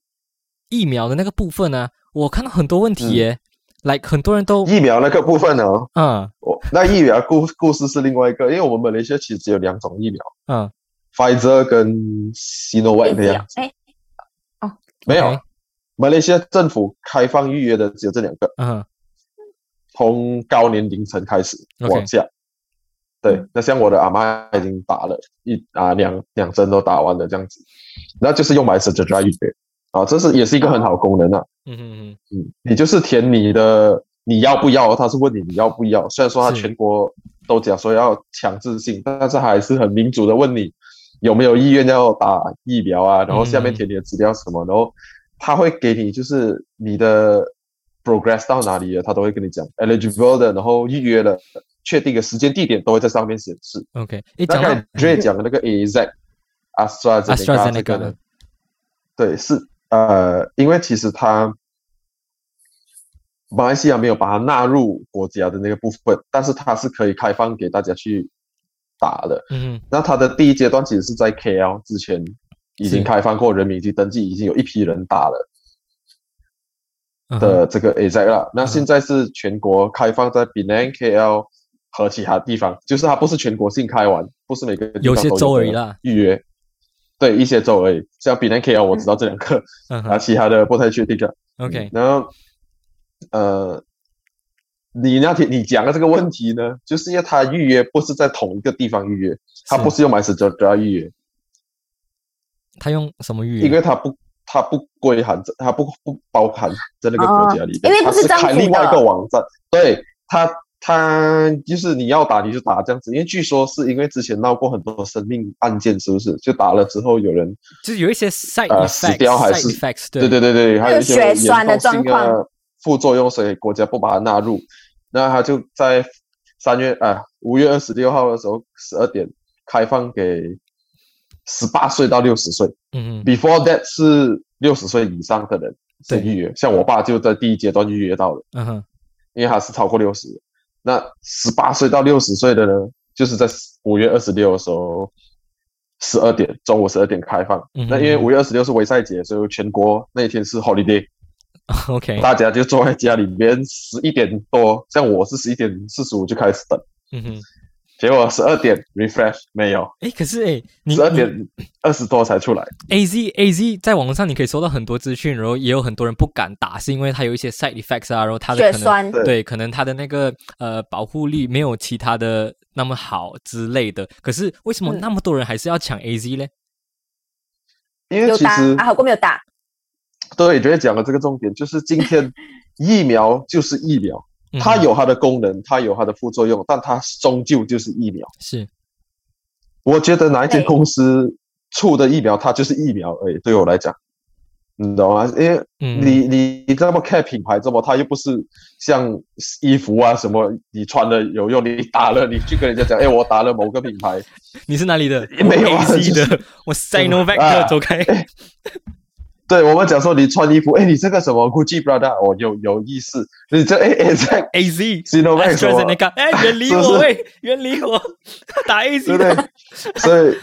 Speaker 1: 疫苗的那个部分呢、我看到很多问
Speaker 3: 嗯
Speaker 1: 题耶、like 很多人都
Speaker 3: 疫苗那个部分呢，
Speaker 1: 嗯
Speaker 3: 我那疫苗故故事是另外一个，因为我们马来西亚其实有两种疫苗
Speaker 1: 嗯
Speaker 3: ，Pfizer 跟 Sinovac 的
Speaker 1: 啊
Speaker 3: 样子，
Speaker 2: 哎，
Speaker 3: 没有
Speaker 1: OK
Speaker 3: 马来西亚政府开放预约的只有这两个，
Speaker 1: 嗯
Speaker 3: 从高年龄层开始
Speaker 1: OK
Speaker 3: 往下。对，那像我的阿妈已经打了一啊两两针都打完了这样子，那就是用 My s e r g e 预约啊，这是也是一个很好的功能啊。
Speaker 1: 嗯嗯嗯
Speaker 3: 嗯，你就是填你的你要不要，他是问你你要不要。虽然说他
Speaker 1: 是
Speaker 3: 全国都讲说要强制性，但是还是很民主的问你有没有意愿要打疫苗啊，然后下面
Speaker 1: 嗯
Speaker 3: 填你的资料什么，然后他会给你就是你的 progress 到哪里了，他都会跟你讲 eligible 的，然后预约了，确定的时间地点都会在上面显示。
Speaker 1: ，OK。诶，
Speaker 3: 大
Speaker 1: 讲到
Speaker 3: 概你也讲的那个 A Z AstraZeneca 这
Speaker 1: AstraZeneca
Speaker 3: 个呢，对，是呃，因为其实它马来西亚没有把它纳入国家的那个部分，但是它是可以开放给大家去打的。
Speaker 1: 嗯嗯
Speaker 3: 那它的第一阶段其实是在 KL 之前已
Speaker 1: 是
Speaker 3: 经开放过人民已经登记，已经有一批人打了。
Speaker 1: 嗯哼嗯
Speaker 3: 的这个 AZ 啦。那现在是全国开放在 Penang、KL 和其他地方，就是它不是全国性开完，不是每个地方
Speaker 1: 有些
Speaker 3: 都
Speaker 1: 州而已
Speaker 3: 的
Speaker 1: 啦
Speaker 3: 预约，对一些州而已。像 Penang、KL 我知道这两个，
Speaker 1: 嗯
Speaker 3: 啊，
Speaker 1: 哼
Speaker 3: 其他的不太确定的。
Speaker 1: ，OK
Speaker 3: 然后，呃，你那天你讲的这个问题呢，就是因为它预约不是在同一个地方预约，它不是用 My s e r g e 预约，
Speaker 1: 他用什么语
Speaker 2: 嗯
Speaker 3: 因
Speaker 1: 言？
Speaker 3: 为它不。它不归含在，它不不包含在那个
Speaker 2: 哦
Speaker 3: 国家里面，
Speaker 2: 因为不
Speaker 3: 它
Speaker 2: 是
Speaker 3: 是
Speaker 2: 政府
Speaker 3: 开另外一
Speaker 2: 的
Speaker 3: 个网站，对它它就是你要打你就打这样子，因为据说是因为之前闹过很多生命案件，是不是？就打了之后有人，
Speaker 1: 就是有一些 side
Speaker 3: 呃死掉还
Speaker 1: effects，side
Speaker 3: 是
Speaker 1: effects，
Speaker 3: 对对对对，还有一些
Speaker 2: 还有血栓的
Speaker 3: 严重性
Speaker 2: 状况
Speaker 3: 副作用，所以国家不把它纳入。那他就在三月啊五、月二十六号的时候十二点开放给十八岁到六十岁。
Speaker 1: 嗯嗯
Speaker 3: Before that 是六十岁以上的人
Speaker 1: 对
Speaker 3: 是预约，像我爸就在第一阶段预约到了，
Speaker 1: 嗯哼
Speaker 3: 因为他是超过六十。那十八岁到六十岁的呢，就是在五月二十六的时候，十二点中午十二点开放。
Speaker 1: 嗯哼
Speaker 3: 那因为五月二十六是维赛节，所以全国那一天是 holiday，
Speaker 1: ，OK，
Speaker 3: 大家就坐在家里面十一点多，像我是十一点四十五就开始等，
Speaker 1: 嗯哼，
Speaker 3: 结果十二点 refresh 没有，
Speaker 1: 诶，可是诶，你
Speaker 3: 十二
Speaker 1: 你
Speaker 3: 点二十多才出来。
Speaker 1: A Z A Z 在网络上你可以搜到很多资讯，然后也有很多人不敢打，是因为它有一些 side effects 啊，然后它的可
Speaker 2: 血
Speaker 1: 能
Speaker 2: 栓，
Speaker 3: 对
Speaker 1: 对，可能它的那个呃保护力没有其他的那么好之类的。可是为什么
Speaker 2: 嗯
Speaker 1: 那么多人还是要抢 A Z 呢？
Speaker 3: 因为
Speaker 2: 有
Speaker 3: 其
Speaker 2: 打
Speaker 3: 实
Speaker 2: 啊，好过没有打，
Speaker 3: 对，觉得讲的这个重点就是今天疫苗就是疫苗，
Speaker 1: 嗯
Speaker 3: 它有它的功能，它有它的副作用，但它终究就是疫苗。
Speaker 1: 是
Speaker 3: 我觉得哪一间
Speaker 2: 对
Speaker 3: 公司出的疫苗，它就是疫苗而已。对我来讲，你懂吗？因为
Speaker 1: 嗯
Speaker 3: 你你你这么 care 品牌，这么它又不是像衣服啊什么，你穿了有用，你打了，你去跟人家讲，哎，我打了某个品牌，
Speaker 1: 你是哪里的？
Speaker 3: 也没有啊
Speaker 1: A Z
Speaker 3: 就是
Speaker 1: 的，我 Sinovac
Speaker 3: 啊
Speaker 1: 的，走开。
Speaker 3: 对我们讲说你穿衣服，哎，你这个什么 Gucci Prada，我有有意思，你这哎哎在
Speaker 1: A Z。
Speaker 3: Sinovac 什么
Speaker 1: AstraZeneca，哎， 远离
Speaker 3: 是不
Speaker 1: 我！
Speaker 3: 是
Speaker 1: 喂， 远离我！打 A
Speaker 3: 对
Speaker 1: Z
Speaker 3: 不
Speaker 1: 的，
Speaker 3: 对？所以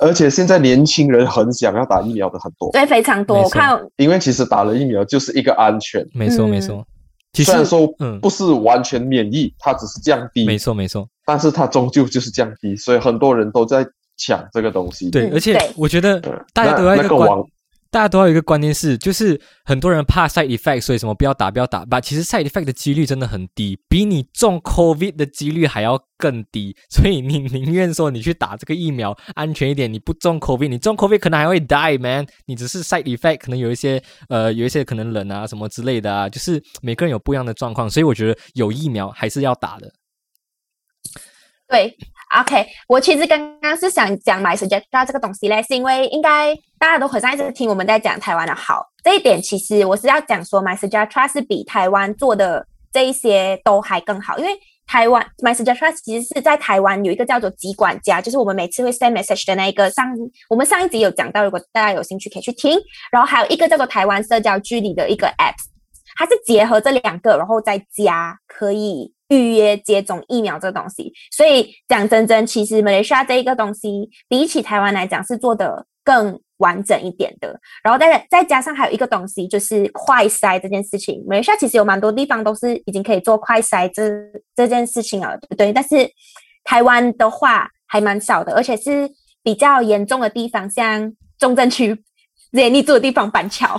Speaker 3: 而且现在年轻人很想要打疫苗的很多，
Speaker 2: 对，非常多。
Speaker 1: 没错
Speaker 2: 我看
Speaker 3: 因为其实打了疫苗就是一个安全，
Speaker 1: 没错
Speaker 2: 嗯
Speaker 1: 没错。其实
Speaker 3: 虽然说
Speaker 1: 嗯，
Speaker 3: 不是完全免疫，它只是降低，
Speaker 1: 没错没错，
Speaker 3: 但是它终究就是降低，所以很多人都在抢这个东西。
Speaker 1: 对，
Speaker 2: 嗯
Speaker 1: 而且
Speaker 2: 对
Speaker 1: 我觉得
Speaker 3: 嗯，
Speaker 1: 大家都
Speaker 3: 那
Speaker 1: 要一
Speaker 3: 那
Speaker 1: 个
Speaker 3: 个
Speaker 1: 观
Speaker 3: 网，
Speaker 1: 大家都要有一个观念是，就是很多人怕 side effect，所以什么不要打不要打，把其实 side effect 的几率真的很低，比你中 COVID 的几率还要更低，所以你宁愿说你去打这个疫苗安全一点，你不中 COVID，你中 COVID 可能还会 die man，你只是 side effect 可能有一些呃有一些可能冷啊什么之类的啊，就是每个人有不一样的状况，所以我觉得有疫苗还是要打的。
Speaker 2: 对，OK，我其实刚刚是想讲 My Suggestion 这个东西嘞，是因为应该大家都很像一直听我们在讲台湾的好，这一点其实我是要讲说 My Suggestion 是比台湾做的这一些都还更好，因为台湾 My Suggestion 其实是在台湾有一个叫做集管家，就是我们每次会 send message 的那一个上，我们上一集有讲到，如果大家有兴趣可以去听，然后还有一个叫做台湾社交距离的一个 app，它是结合这两个，然后再加可以预约接种疫苗这个东西。所以讲真真，其实马来西亚这一个东西，比起台湾来讲是做的更完整一点的。然后再再加上还有一个东西，就是快筛这件事情，马来西亚其实有蛮多地方都是已经可以做快筛这这件事情了，对不对？但是台湾的话还蛮少的，而且是比较严重的地方，像中正区之前你住的地方板 桥，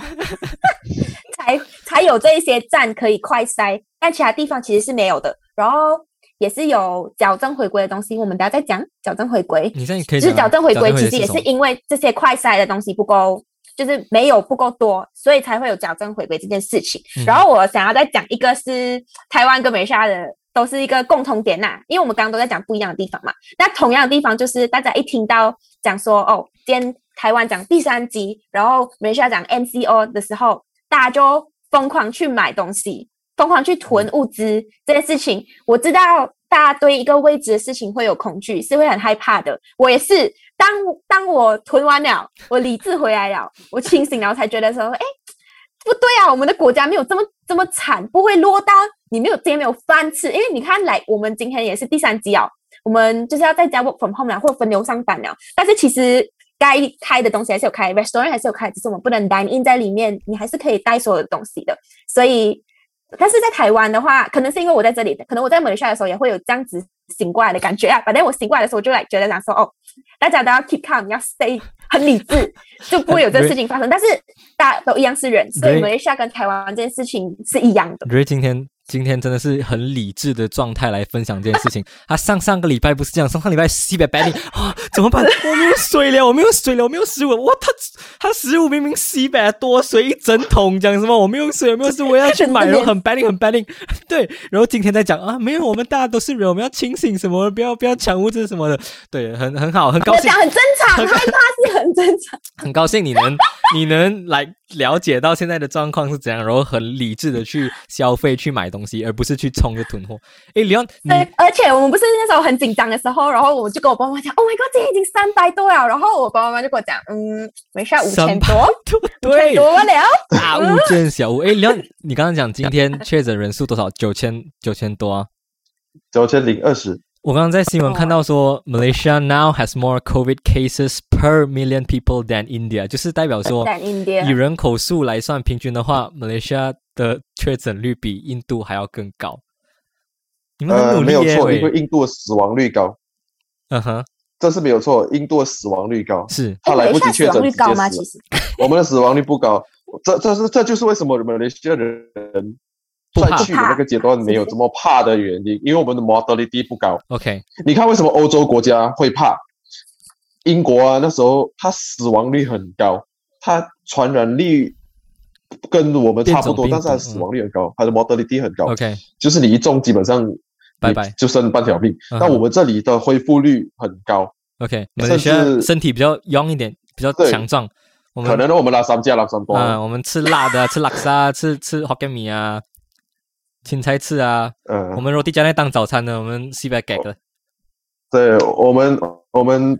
Speaker 2: 才才有这一些站可以快筛，但其他地方其实是没有的。然后也是有矫正回归的东西，我们等下再讲矫正回归。
Speaker 1: 你现在可以
Speaker 2: 就是啊矫正回归，其实
Speaker 1: 是
Speaker 2: 也
Speaker 1: 什
Speaker 2: 是
Speaker 1: 么
Speaker 2: 因为这些快筛的东西不够，就是没有不够多，所以才会有矫正回归这件事情。
Speaker 1: 嗯
Speaker 2: 然后我想要再讲一个是台湾跟美沙的都是一个共同点呐、因为我们刚刚都在讲不一样的地方嘛。那同样的地方就是大家一听到讲说哦，今天台湾讲第三集，然后美沙讲 MCO 的时候，大家就疯狂去买东西，疯狂去囤物资这件事情，我知道大家对一个未知的事情会有恐惧，是会很害怕的。我也是，当当我囤完了，我理智回来了，我清醒了，才觉得说，哎，不对啊，我们的国家没有这么这么惨，不会落到你没有今天没有饭吃，因为你看来我们今天也是第三集啊，我们就是要在家 work from home 了，或分流上班了，但是其实。该开的东西还是有开，restaurant 还是有开，只是我们不能 dine in 在里面，你还是可以带所有的东西的。所以，但是在台湾的话，可能是因为我在这里，可能我在马来西亚的时候也会有这样子醒过来的感觉啊。反正我醒过来的时候，我就来觉得想说，哦，大家都要 keep calm，要 stay 很理智，就不会有这个事情发生。但是大家都一样是人，所以
Speaker 1: Great
Speaker 2: 马来西亚跟台湾这件事情是一样的
Speaker 1: 我。觉得今天今天真的是很理智的状态来分享这件事情。他、上上个礼拜不是这样，上上礼拜西北白领啊，怎么办？我没有水了，我没有水了，我没有食物。哇，他他食物明明西北多水一整桶，讲什么我没有水，我没有水，我要去买，然后很白领很白领。对，然后今天在讲啊，没有，我们大家都是人，我们要清醒什么，不要不要抢物资什么的。对，很很好，很高
Speaker 2: 我
Speaker 1: 兴
Speaker 2: 讲。很正常， 害怕是很正常。
Speaker 1: 很高兴你能 你能来了解到现在的状况是怎样，然后很理智的去消费、去买东西，而不是去冲着囤货。诶，李昂，你
Speaker 2: 对，而且我们不是那时候很紧张的时候，然后我就跟我爸妈讲，Oh my god，今天已经三百多了。然后我爸爸妈妈就跟我讲，嗯，没事，五千多，
Speaker 1: 对
Speaker 2: 五千
Speaker 1: 对，
Speaker 2: 多了。
Speaker 1: 大物见小物。诶，李昂，你刚刚讲今天确诊人数多少？九千九千多啊！
Speaker 3: 九千零二十，
Speaker 1: 我刚刚在新闻看到说，Malaysia now has more COVID cases per million people than India，就是代表说
Speaker 2: Than India
Speaker 1: 哦以人口数来算平均的话，Malaysia 的确诊率比印度还要更高。你们很
Speaker 3: 呃，
Speaker 1: 努
Speaker 3: 没
Speaker 1: 力
Speaker 3: 有
Speaker 1: 耶，
Speaker 3: 错，
Speaker 1: 喂
Speaker 3: 因为印度的死亡率 高，
Speaker 1: 嗯哼，
Speaker 3: 这是没有错，印度的死亡率高，
Speaker 1: 是
Speaker 2: 哎
Speaker 3: 他来不及确
Speaker 2: 死亡
Speaker 3: 诊
Speaker 2: 率
Speaker 3: 直
Speaker 2: 高
Speaker 3: 接
Speaker 2: 吗？
Speaker 3: 死
Speaker 2: 其
Speaker 3: 了。
Speaker 2: 实
Speaker 3: 我们的死亡率不高，这这是这就是为什么我们的些人
Speaker 1: 不
Speaker 3: 在
Speaker 1: 怕
Speaker 3: 去的那个阶段没有这么怕的原因，因为我们的 mortality 不高。
Speaker 1: ，OK，
Speaker 3: 你看为什么欧洲国家会怕？英国啊，那时候它死亡率很高，它传染率跟我们差不多，
Speaker 1: 变种病毒嗯
Speaker 3: 但是它的死亡率很高，它的 mortality 很高，
Speaker 1: OK，
Speaker 3: 就是你一中基本上
Speaker 1: 拜拜
Speaker 3: 你就剩半条命。
Speaker 1: 嗯哼
Speaker 3: 但我们这里的恢复率很高，
Speaker 1: OK，我
Speaker 3: 甚
Speaker 1: 们身
Speaker 3: 至
Speaker 1: 身体比较 young 一点，比较
Speaker 3: 对
Speaker 1: 强壮。我们
Speaker 3: 可能哦我们拉三加拉三多，
Speaker 1: 嗯嗯，我们吃辣的啊，吃拉沙啊，吃吃 Hokkien 米啊，青菜翅啊。
Speaker 3: 嗯哦
Speaker 1: 我，们罗蒂加在当早餐呢，我们西北给的。
Speaker 3: 对我们我们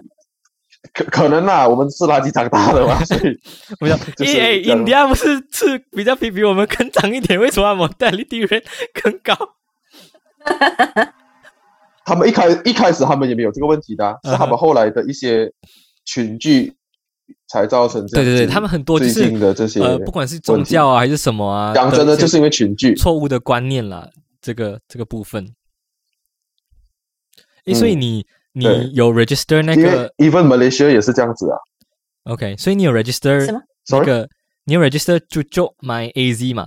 Speaker 3: 可可能啦，我们是垃圾长大 的嘛，所以
Speaker 1: 不要，
Speaker 3: 就是
Speaker 1: 诶诶，
Speaker 3: 这样
Speaker 1: 印第哎安不是吃比较比比我们更长一点，为什么我们代理地人更高？嗯
Speaker 3: 他们一开一开始他们也没有这个问题的啊、是他们后来的一些群聚才造成这
Speaker 1: 对
Speaker 3: 样
Speaker 1: 对对，
Speaker 3: 子
Speaker 1: 他们很多就
Speaker 3: 最
Speaker 1: 是
Speaker 3: 近的这些
Speaker 1: 呃，不管是宗
Speaker 3: 问题
Speaker 1: 教啊还是什么啊，
Speaker 3: 讲真的，就是因
Speaker 1: 为
Speaker 3: 为群聚，
Speaker 1: 错误的观念啦，这个这个部分。诶，所以
Speaker 3: 嗯
Speaker 1: 你
Speaker 3: 对
Speaker 1: 你有 register 那
Speaker 3: 因为
Speaker 1: 个
Speaker 3: even Malaysia 也是这样子啊。
Speaker 1: OK，所以你有 register
Speaker 2: 什么
Speaker 1: 那
Speaker 3: Sorry，
Speaker 1: 个你有 register 就就 my AZ 嘛？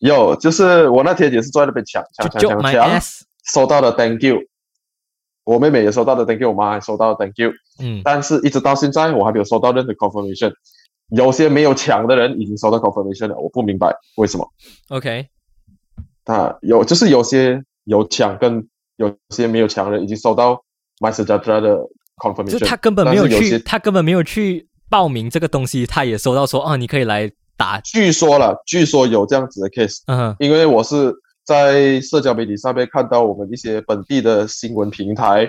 Speaker 3: 有，就是我那天也是坐在那边抢抢
Speaker 1: 就
Speaker 3: 抢
Speaker 1: 就
Speaker 3: 抢
Speaker 1: my
Speaker 3: 抢，
Speaker 1: S，
Speaker 3: 收到了 thank you，我妹妹也收到了 thank you，我妈也收到了 thank you，
Speaker 1: 嗯
Speaker 3: 但是一直到现在我还没有收到任何 confirmation。有些没有抢的人已经收到 confirmation 了，我不明白为什么。
Speaker 1: ，OK，
Speaker 3: 啊，有就是有些有抢跟有些没有抢的人已经收到 my s u g g e t 的
Speaker 1: 就是
Speaker 3: confirmation，
Speaker 1: 他根本没
Speaker 3: 但是有
Speaker 1: 去，
Speaker 3: 些
Speaker 1: 他根本没有去报名这个东西，他也收到说哦，你可以来打，
Speaker 3: 据说了，据说有这样子的 case，
Speaker 1: 嗯哼
Speaker 3: 因为我是在社交媒体上面看到我们一些本地的新闻平台，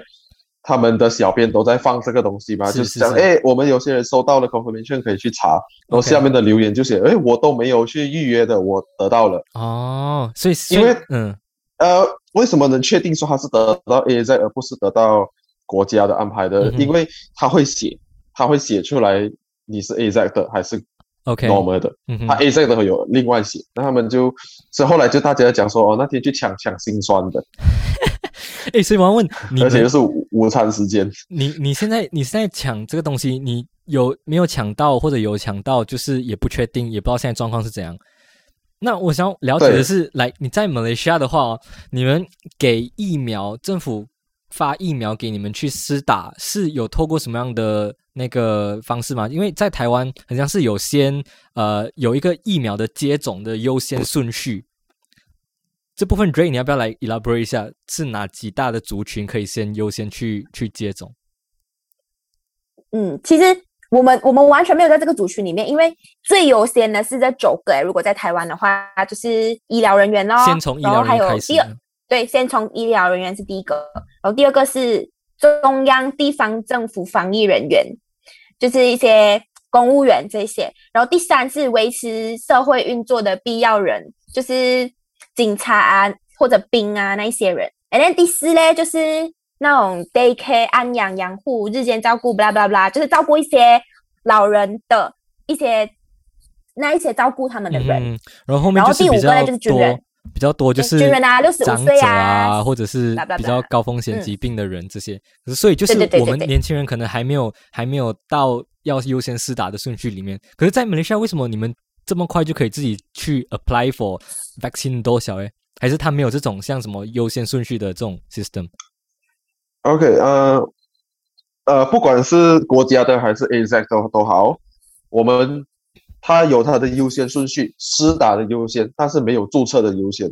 Speaker 3: 他们的小编都在放这个东西嘛，
Speaker 1: 是
Speaker 3: 就是
Speaker 1: 是
Speaker 3: 讲，哎，我们有些人收到了 confirmation 可以去查，然后
Speaker 1: OK
Speaker 3: 下面的留言就写，哎，我都没有去预约的，我得到了。
Speaker 1: 哦，所以
Speaker 3: 因
Speaker 1: 所
Speaker 3: 为
Speaker 1: 以嗯
Speaker 3: 呃，为什么能确定说他是得到 A A 在，而不是得到国家的安排的？
Speaker 1: 嗯哼
Speaker 3: 因为他会写，他会写出来你是 A Z 的还是
Speaker 1: ，OK，
Speaker 3: normal 的。
Speaker 1: 嗯
Speaker 3: 他
Speaker 1: 哼
Speaker 3: A Z 的有另外写，那他们就所以后来就大家讲说，哦，那天去抢抢心酸的，
Speaker 1: 诶，所以我要问你
Speaker 3: 而且就
Speaker 1: 们，
Speaker 3: 是午午餐时间。
Speaker 1: 你你现在你现在抢这个东西，你有没有抢到，或者有抢到，就是也不确定，也不知道现在状况是怎样。那我想了解的
Speaker 3: 对
Speaker 1: 是，来你在马来西亚的话、哦，你们给疫苗，政府发疫苗给你们去施打，是有透过什么样的那个方式吗？因为在台湾好像是有先呃有一个疫苗的接种的优先顺序。这部分 Ray，你要不要来 elaborate 一下，是哪几大的族群可以先优先去去接种？
Speaker 2: 嗯，其实我们我们完全没有在这个族群里面，因为最优先的是这九个诶。如果在台湾的话，就是医疗人员咯，
Speaker 1: 先从医
Speaker 2: 哦然
Speaker 1: 疗
Speaker 2: 后还
Speaker 1: 人员
Speaker 2: 有
Speaker 1: 开始
Speaker 2: 第。二，对，先从医疗人员是第一个，然后第二个是中央地方政府防疫人员，就是一些公务员这些，然后第三是维持社会运作的必要人，就是警察啊或者兵啊那一些人，然后第四嘞就是那种 daycare 安养养护、日间照顾，blah blah blah，就是照顾一些老人的一些那一些照顾他们的人，
Speaker 1: 嗯，然后后面
Speaker 2: 然后
Speaker 1: 就是
Speaker 2: 第五
Speaker 1: 比
Speaker 2: 个呢
Speaker 1: 较
Speaker 2: 就是军
Speaker 1: 多
Speaker 2: 人，
Speaker 1: 比较多就
Speaker 2: 就是军人啊65
Speaker 1: 长
Speaker 2: 岁
Speaker 1: 者
Speaker 2: 啊
Speaker 1: 啊，或者是
Speaker 2: blah blah
Speaker 1: 比较
Speaker 2: blah 嗯
Speaker 1: 高风险疾病的人这些。可是所以就是
Speaker 2: 对对对
Speaker 1: 我们
Speaker 2: 对对
Speaker 1: 年轻人可能还没有还没有到要优先施打的顺序里面。可是，在马来西亚为什么你们这么快就可以自己去 apply for vaccine 多少？诶，还是他没有这种像什么优先顺序的这种 system？
Speaker 3: OK，呃，呃，不管是国家的还是 A Z 都都好，我们它有它的优先顺序，施打的优先，但是没有注册的优先。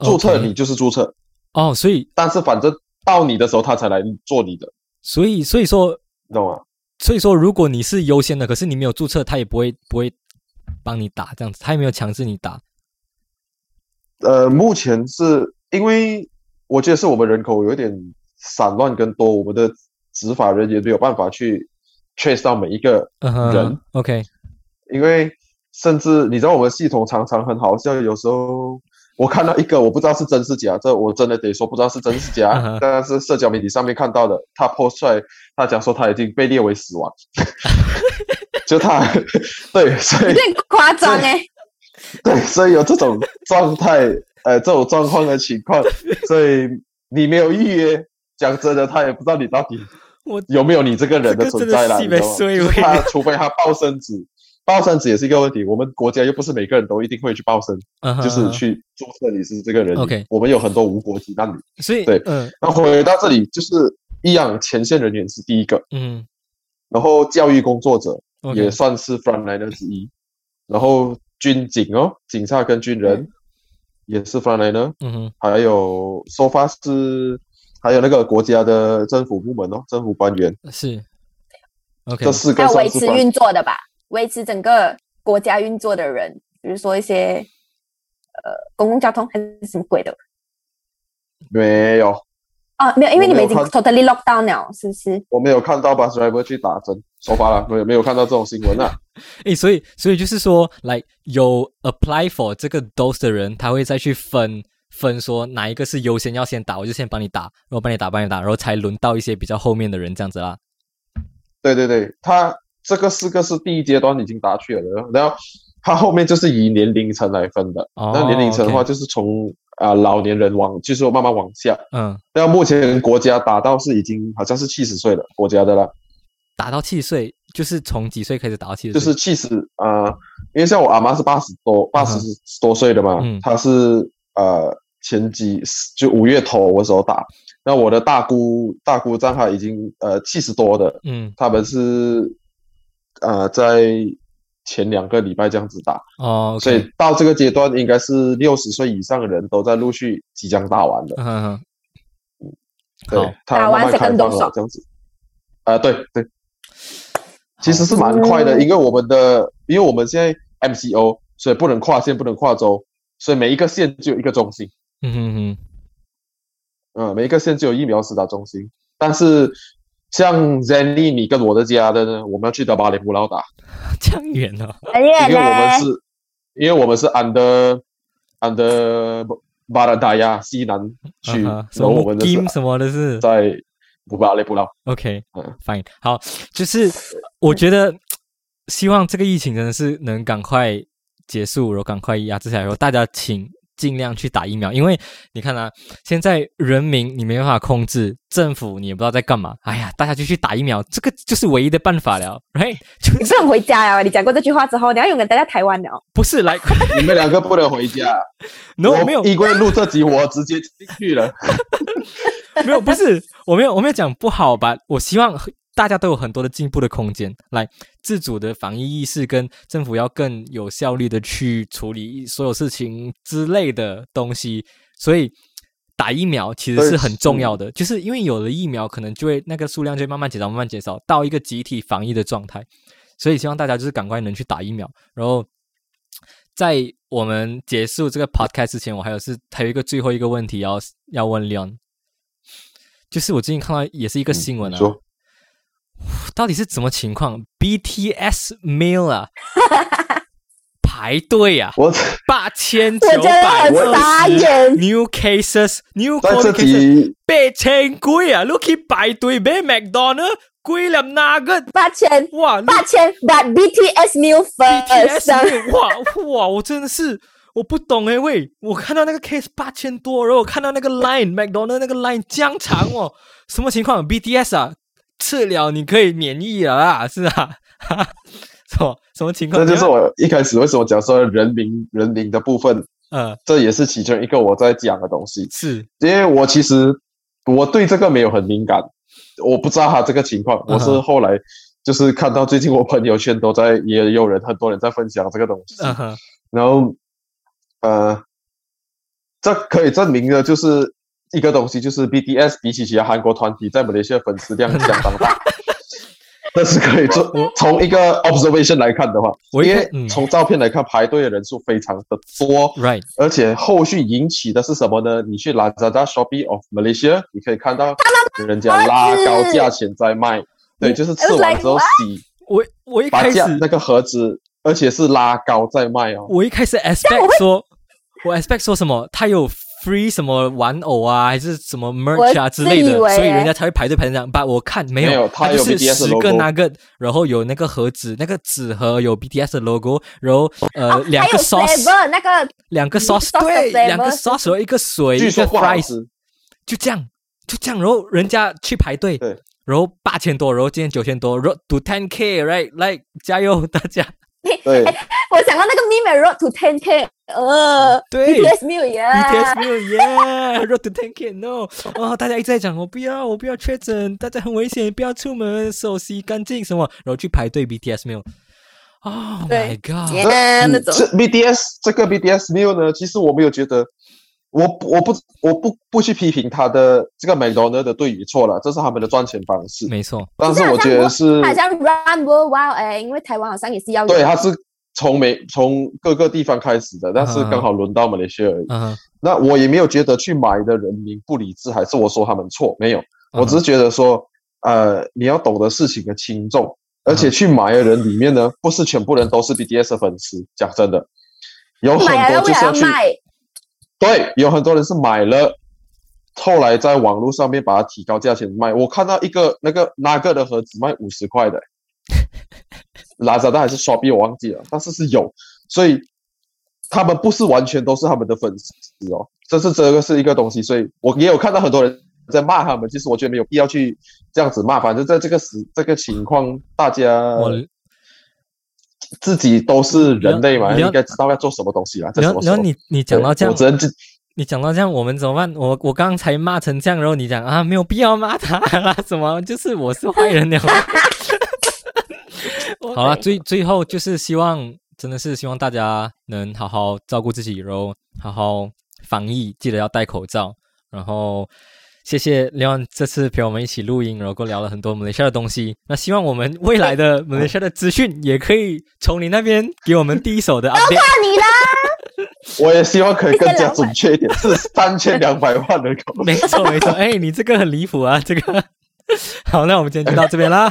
Speaker 3: 注册
Speaker 1: OK
Speaker 3: 你就是注册
Speaker 1: 哦，所以
Speaker 3: 但是反正到你的时候他才来做你的，
Speaker 1: 所以所以说
Speaker 3: 你懂吗？
Speaker 1: 所以说，如果你是优先的，可是你没有注册，他也不会不会帮你打这样子，他也没有强制你打。
Speaker 3: 呃，目前是因为我觉得是我们人口有点散乱跟多，我们的执法人员没有办法去 trace 到每一个
Speaker 1: 嗯哼
Speaker 3: 人
Speaker 1: ，OK，
Speaker 3: 因为甚至你知道我们系统常常很好笑，有时候我看到一个我不知道是真是假，这我真的得说不知道是真是
Speaker 1: 嗯哼
Speaker 3: 假，但是社交媒体上面看到的，他 post 出来，他讲说他已经被列为死亡， 就他 对，所
Speaker 2: 有
Speaker 3: 以
Speaker 2: 点夸张哎、
Speaker 3: 对，所以有这种状态， 呃，这种状况的情 况，所以你没有预约，讲真的，他也不知道你到底
Speaker 1: 我
Speaker 3: 有没有你这个人
Speaker 1: 这
Speaker 3: 的
Speaker 1: 个
Speaker 3: 存
Speaker 1: 真的
Speaker 3: 在啦，
Speaker 1: 是
Speaker 3: 你知道
Speaker 1: 被
Speaker 3: 吗？
Speaker 1: 衰
Speaker 3: 就
Speaker 1: 微
Speaker 3: 是他除非他报生子， 报生子也是一个问题。我们国家又不是每个人都一定会去报生，
Speaker 1: 嗯哼，
Speaker 3: 就是去注册你是这个人。
Speaker 1: OK
Speaker 3: 我们有很多无国籍难民。
Speaker 1: 所以
Speaker 3: 对
Speaker 1: 嗯
Speaker 3: 那回到这里，就是一样，前线人员是第一个，
Speaker 1: 嗯
Speaker 3: 然后教育工作者
Speaker 1: ，OK，
Speaker 3: 也算是 frontliner 之一，然后军警哦，警察跟军人也是 frontliner，
Speaker 1: 嗯哼
Speaker 3: 还有 so far 是还有那个国家的政府部门哦，政府官员。
Speaker 1: 是 OK，
Speaker 3: 这四
Speaker 2: 还
Speaker 3: 个
Speaker 2: 有
Speaker 3: 算
Speaker 2: 维
Speaker 3: 是
Speaker 2: 持
Speaker 3: front-
Speaker 2: 运作的吧，维持整个国家运作的人，比如说一些呃公共交通还是什么鬼的
Speaker 3: 没有，
Speaker 2: 哦，没有，因为你们已经
Speaker 3: 我没有
Speaker 2: totally lock down 了，是不是？
Speaker 3: 我没有看到 bus driver 去打针，说白了，没有没有看到这种新 闻啊。
Speaker 1: 诶，所以所以就是说，来有 apply for 这个 dose 的人，他会再去分分说哪一个是优先要先打，我就先帮你打，然后帮你打，帮你打，然后才轮到一些比较后面的人这样子啦。
Speaker 3: 对对对，他这个四个是第一阶段已经打去了的，然后他后面就是以年龄层来分的。
Speaker 1: 哦，
Speaker 3: 那年龄层的话，
Speaker 1: OK，
Speaker 3: 就是从啊、呃老年人往，就是慢慢往下。
Speaker 1: 嗯，
Speaker 3: 那目前国家打到是已经好像是七十岁了，国家的啦，
Speaker 1: 打到七十岁就是从几岁开始打到七十
Speaker 3: 就
Speaker 1: 岁？
Speaker 3: 是七十啊，呃因为像我阿妈是八十多八十多岁的嘛，
Speaker 1: 嗯
Speaker 3: 她是呃前几就五月头的时候打，那我的大姑大姑丈她已经呃七十多的，
Speaker 1: 嗯，
Speaker 3: 他们是呃在前两个礼拜这样子打，
Speaker 1: 哦
Speaker 3: 所
Speaker 1: ，OK，
Speaker 3: 以到这个阶段应该是六十岁以上的人都在陆续即将打完的。
Speaker 1: 嗯哼哼，好
Speaker 3: 对，它
Speaker 2: 打完
Speaker 3: 慢慢开
Speaker 2: 谁
Speaker 3: 放
Speaker 2: 更爽
Speaker 3: 了这样子。啊、对对，其实是蛮
Speaker 2: 嗯
Speaker 3: 快的，因为我们的因为我们现在 MCO，所以不能跨县，不能跨州，所以每一个县就有一个中心，
Speaker 1: 嗯哼 哼，
Speaker 3: 嗯，每一个县就有疫苗施打中心。但是像 Zenny 你跟我的家的呢，我们要去德巴雷布劳打。
Speaker 1: 这样远
Speaker 3: 哦
Speaker 1: 呢、
Speaker 2: 很远
Speaker 3: 呃因为我们
Speaker 2: 嘞，
Speaker 3: 是，因为我们是 under under 巴拉达亚西南区，
Speaker 1: 啊哈什
Speaker 3: 然后我
Speaker 1: 么
Speaker 3: 们的是
Speaker 1: game 什么的是
Speaker 3: 在布巴雷布劳。
Speaker 1: OK
Speaker 3: 嗯
Speaker 1: fine 好，就是我觉得希望这个疫情真的是能赶快结束，然后赶快压制下来，然后大家请尽量去打疫苗，因为你看啊，现在人民你没办法控制，政府你也不知道在干嘛，哎呀，大家就去打疫苗，这个就是唯一的办法了，right？就
Speaker 2: 你
Speaker 1: 是
Speaker 2: 不能回家啊了。你讲过这句话之后，你要永远待在台湾哦了。
Speaker 1: 不是来
Speaker 3: 你们两个不能回家，
Speaker 1: ，no 没有
Speaker 3: 衣柜录这集，我直接进去了。
Speaker 1: 没有，不是，我没有，我没有讲不好吧？我希望大家都有很多的进步的空间，来自主的防疫意识跟政府要更有效率的去处理所有事情之类的东西，所以。打疫苗其实是很重要的，就是因为有了疫苗，可能就会那个数量就会慢慢减少，慢慢减少到一个集体防疫的状态。所以希望大家就是赶快能去打疫苗。然后在我们结束这个 podcast 之前，我还有是还有一个最后一个问题要要问 Leon，就是我最近看到也是一个新闻啊，
Speaker 3: 嗯说
Speaker 1: 到底是怎么情况？BTS mail 啊，排队啊，
Speaker 3: 我
Speaker 1: 八千
Speaker 2: 我
Speaker 1: 九
Speaker 2: 真的
Speaker 1: 百
Speaker 2: 很傻眼，
Speaker 1: new cases new
Speaker 3: 在
Speaker 1: COVID
Speaker 3: 这
Speaker 1: cases
Speaker 3: 集
Speaker 1: 八千贵啊，你去排队买 McDonald 贵了那个
Speaker 2: 八千
Speaker 1: 哇，你
Speaker 2: 八千，That BTS new first，
Speaker 1: BTS 哇哇，我真的是我不懂哎、喂，我看到那个 case 八千多，然后我看到那个 line McDonald 那个 line 江长哦，什么情况？BTS 啊，吃了你可以免疫了啦，是啊， 什么什么情况？
Speaker 3: 这就是我一开始为什么讲说人民人民的部分，
Speaker 1: 呃
Speaker 3: 这也是其中一个我在讲的东西。
Speaker 1: 是
Speaker 3: 因为我其实我对这个没有很敏感，我不知道他这个情况，
Speaker 1: 嗯
Speaker 3: 我
Speaker 1: 哼
Speaker 3: 是后来就是看到最近我朋友圈都在也有人很多人在分享这个东西，
Speaker 1: 嗯哼
Speaker 3: 然后呃，这可以证明的就是一个东西，就是 BTS 比起其他韩国团体在马来西亚粉丝量相当 大。这是可以做，从一个 observation 来看的话，
Speaker 1: 我一
Speaker 3: 因
Speaker 1: 看
Speaker 3: 为
Speaker 1: 嗯
Speaker 3: 从照片来看，排队的人数非常的多，
Speaker 1: right
Speaker 3: 而且后续引起的是什么呢？你去 Lazada、Shopee of Malaysia，你可以看到人家拉高价钱在卖，对，就是吃完之后洗，
Speaker 1: 我我一
Speaker 3: 把
Speaker 1: 开始
Speaker 3: 价那个盒子，而且是拉高在卖哦。
Speaker 1: 我一开始 expect 说，我 expect 说什么，他有 free 什么玩偶啊，还是什么 merch 啊
Speaker 2: 我
Speaker 1: 之类的
Speaker 2: 自以，为
Speaker 1: 所以人家才会排队排成这样。但我看没
Speaker 3: 没有
Speaker 1: 他
Speaker 3: 它
Speaker 1: 就
Speaker 3: 有
Speaker 1: 是
Speaker 3: BTS 的
Speaker 1: 十个
Speaker 3: logo
Speaker 1: 那个，然后有那个盒子，那个纸盒有 BTS 的 logo，然后呃、
Speaker 2: 哦
Speaker 1: 两
Speaker 2: 还
Speaker 1: 个
Speaker 2: 有
Speaker 1: sauce，
Speaker 2: flavor 那个
Speaker 1: 两个 sauce，
Speaker 2: sauce 的
Speaker 1: 对，
Speaker 2: flavor
Speaker 1: 两个 sauce，然后一个水，
Speaker 3: 据
Speaker 1: 一
Speaker 3: 说
Speaker 1: 个
Speaker 3: 不好
Speaker 1: fries，
Speaker 3: 吃，
Speaker 1: 就这样，就这样，然后人家去排队，
Speaker 3: 对
Speaker 1: 然后八千多，然后今天九千多，然后 to ten k，right，like 加油大家，
Speaker 3: 对，
Speaker 2: 我想到那个 meme road to ten k，呃
Speaker 1: 对。
Speaker 2: ，BTS new year，
Speaker 1: BTS 没有 yeah，road to ten k no，哦，大家一直在讲我不要，我不要确诊，大家很危险，不要出门，手洗干净什么，然后去排队 BTS 没有。Oh my
Speaker 2: 对
Speaker 1: god！
Speaker 2: Yeah，那种
Speaker 3: 嗯这 BTS 这个 BTS New 呢，其实我没有觉得，我不我不我不不去批评他的这个 McDonald 的对与错了，这是他们的赚钱方式。
Speaker 1: 没错，
Speaker 3: 但是我觉得是
Speaker 2: 它好像 run worldwide，哎，因为台湾好像也是要有
Speaker 3: 对，他是从美从各个地方开始的，但是刚好轮到马来西亚而已。
Speaker 1: 嗯哼，
Speaker 3: 那我也没有觉得去买的人民不理智，还是我说他们错，没有，我
Speaker 1: 嗯
Speaker 3: 只是觉得说，呃，你要懂得事情的轻重，而且去买的人里面呢，不是全部人都是 BTS 的粉丝，讲真的，有很
Speaker 2: 买了
Speaker 3: 多
Speaker 2: 为
Speaker 3: 就是
Speaker 2: 了
Speaker 3: 要
Speaker 2: 要
Speaker 3: 去
Speaker 2: 卖，
Speaker 3: 对，有很多人是买了，后来在网络上面把它提高价钱卖。我看到一个那个那个的盒子卖五十 块的，拉萨达还是刷币我忘记了，但是是有，所以他们不是完全都是他们的粉丝哦，这是这个是一个东西，所以我也有看到很多人在骂他们，其实我觉得没有必要去这样子骂，反正在这个时这个情况，大家
Speaker 1: 我
Speaker 3: 自己都是人类嘛，
Speaker 1: 你要
Speaker 3: 应该知道要做什么东西啦。在
Speaker 1: 然
Speaker 3: 什
Speaker 1: 后
Speaker 3: 么时
Speaker 1: 然
Speaker 3: 候
Speaker 1: 后你你讲到这
Speaker 3: 对
Speaker 1: 样
Speaker 3: 我，只能这
Speaker 1: 你讲到这样，我们怎么办？我我刚才骂成这样，然后你讲啊，没有必要骂他啦，什么就是我是坏人了。好
Speaker 3: 啊
Speaker 1: 了，最最后就是希望，真的是希望大家能好好照顾自己，然后好好防疫，记得要戴口罩。然后谢谢 Leon 这次陪我们一起录音，然后跟我聊了很多马来西亚的东西。那希望我们未来的马来西亚的资讯也可以从你那边给我们第一手的 update。
Speaker 2: 那你啦，
Speaker 3: 我也希望可以更加
Speaker 2: 3200
Speaker 3: 准确一点，是三千两百万人口。
Speaker 1: 没错没错，哎，你这个很离谱啊，这个。 好，那我们今天就到这边啦，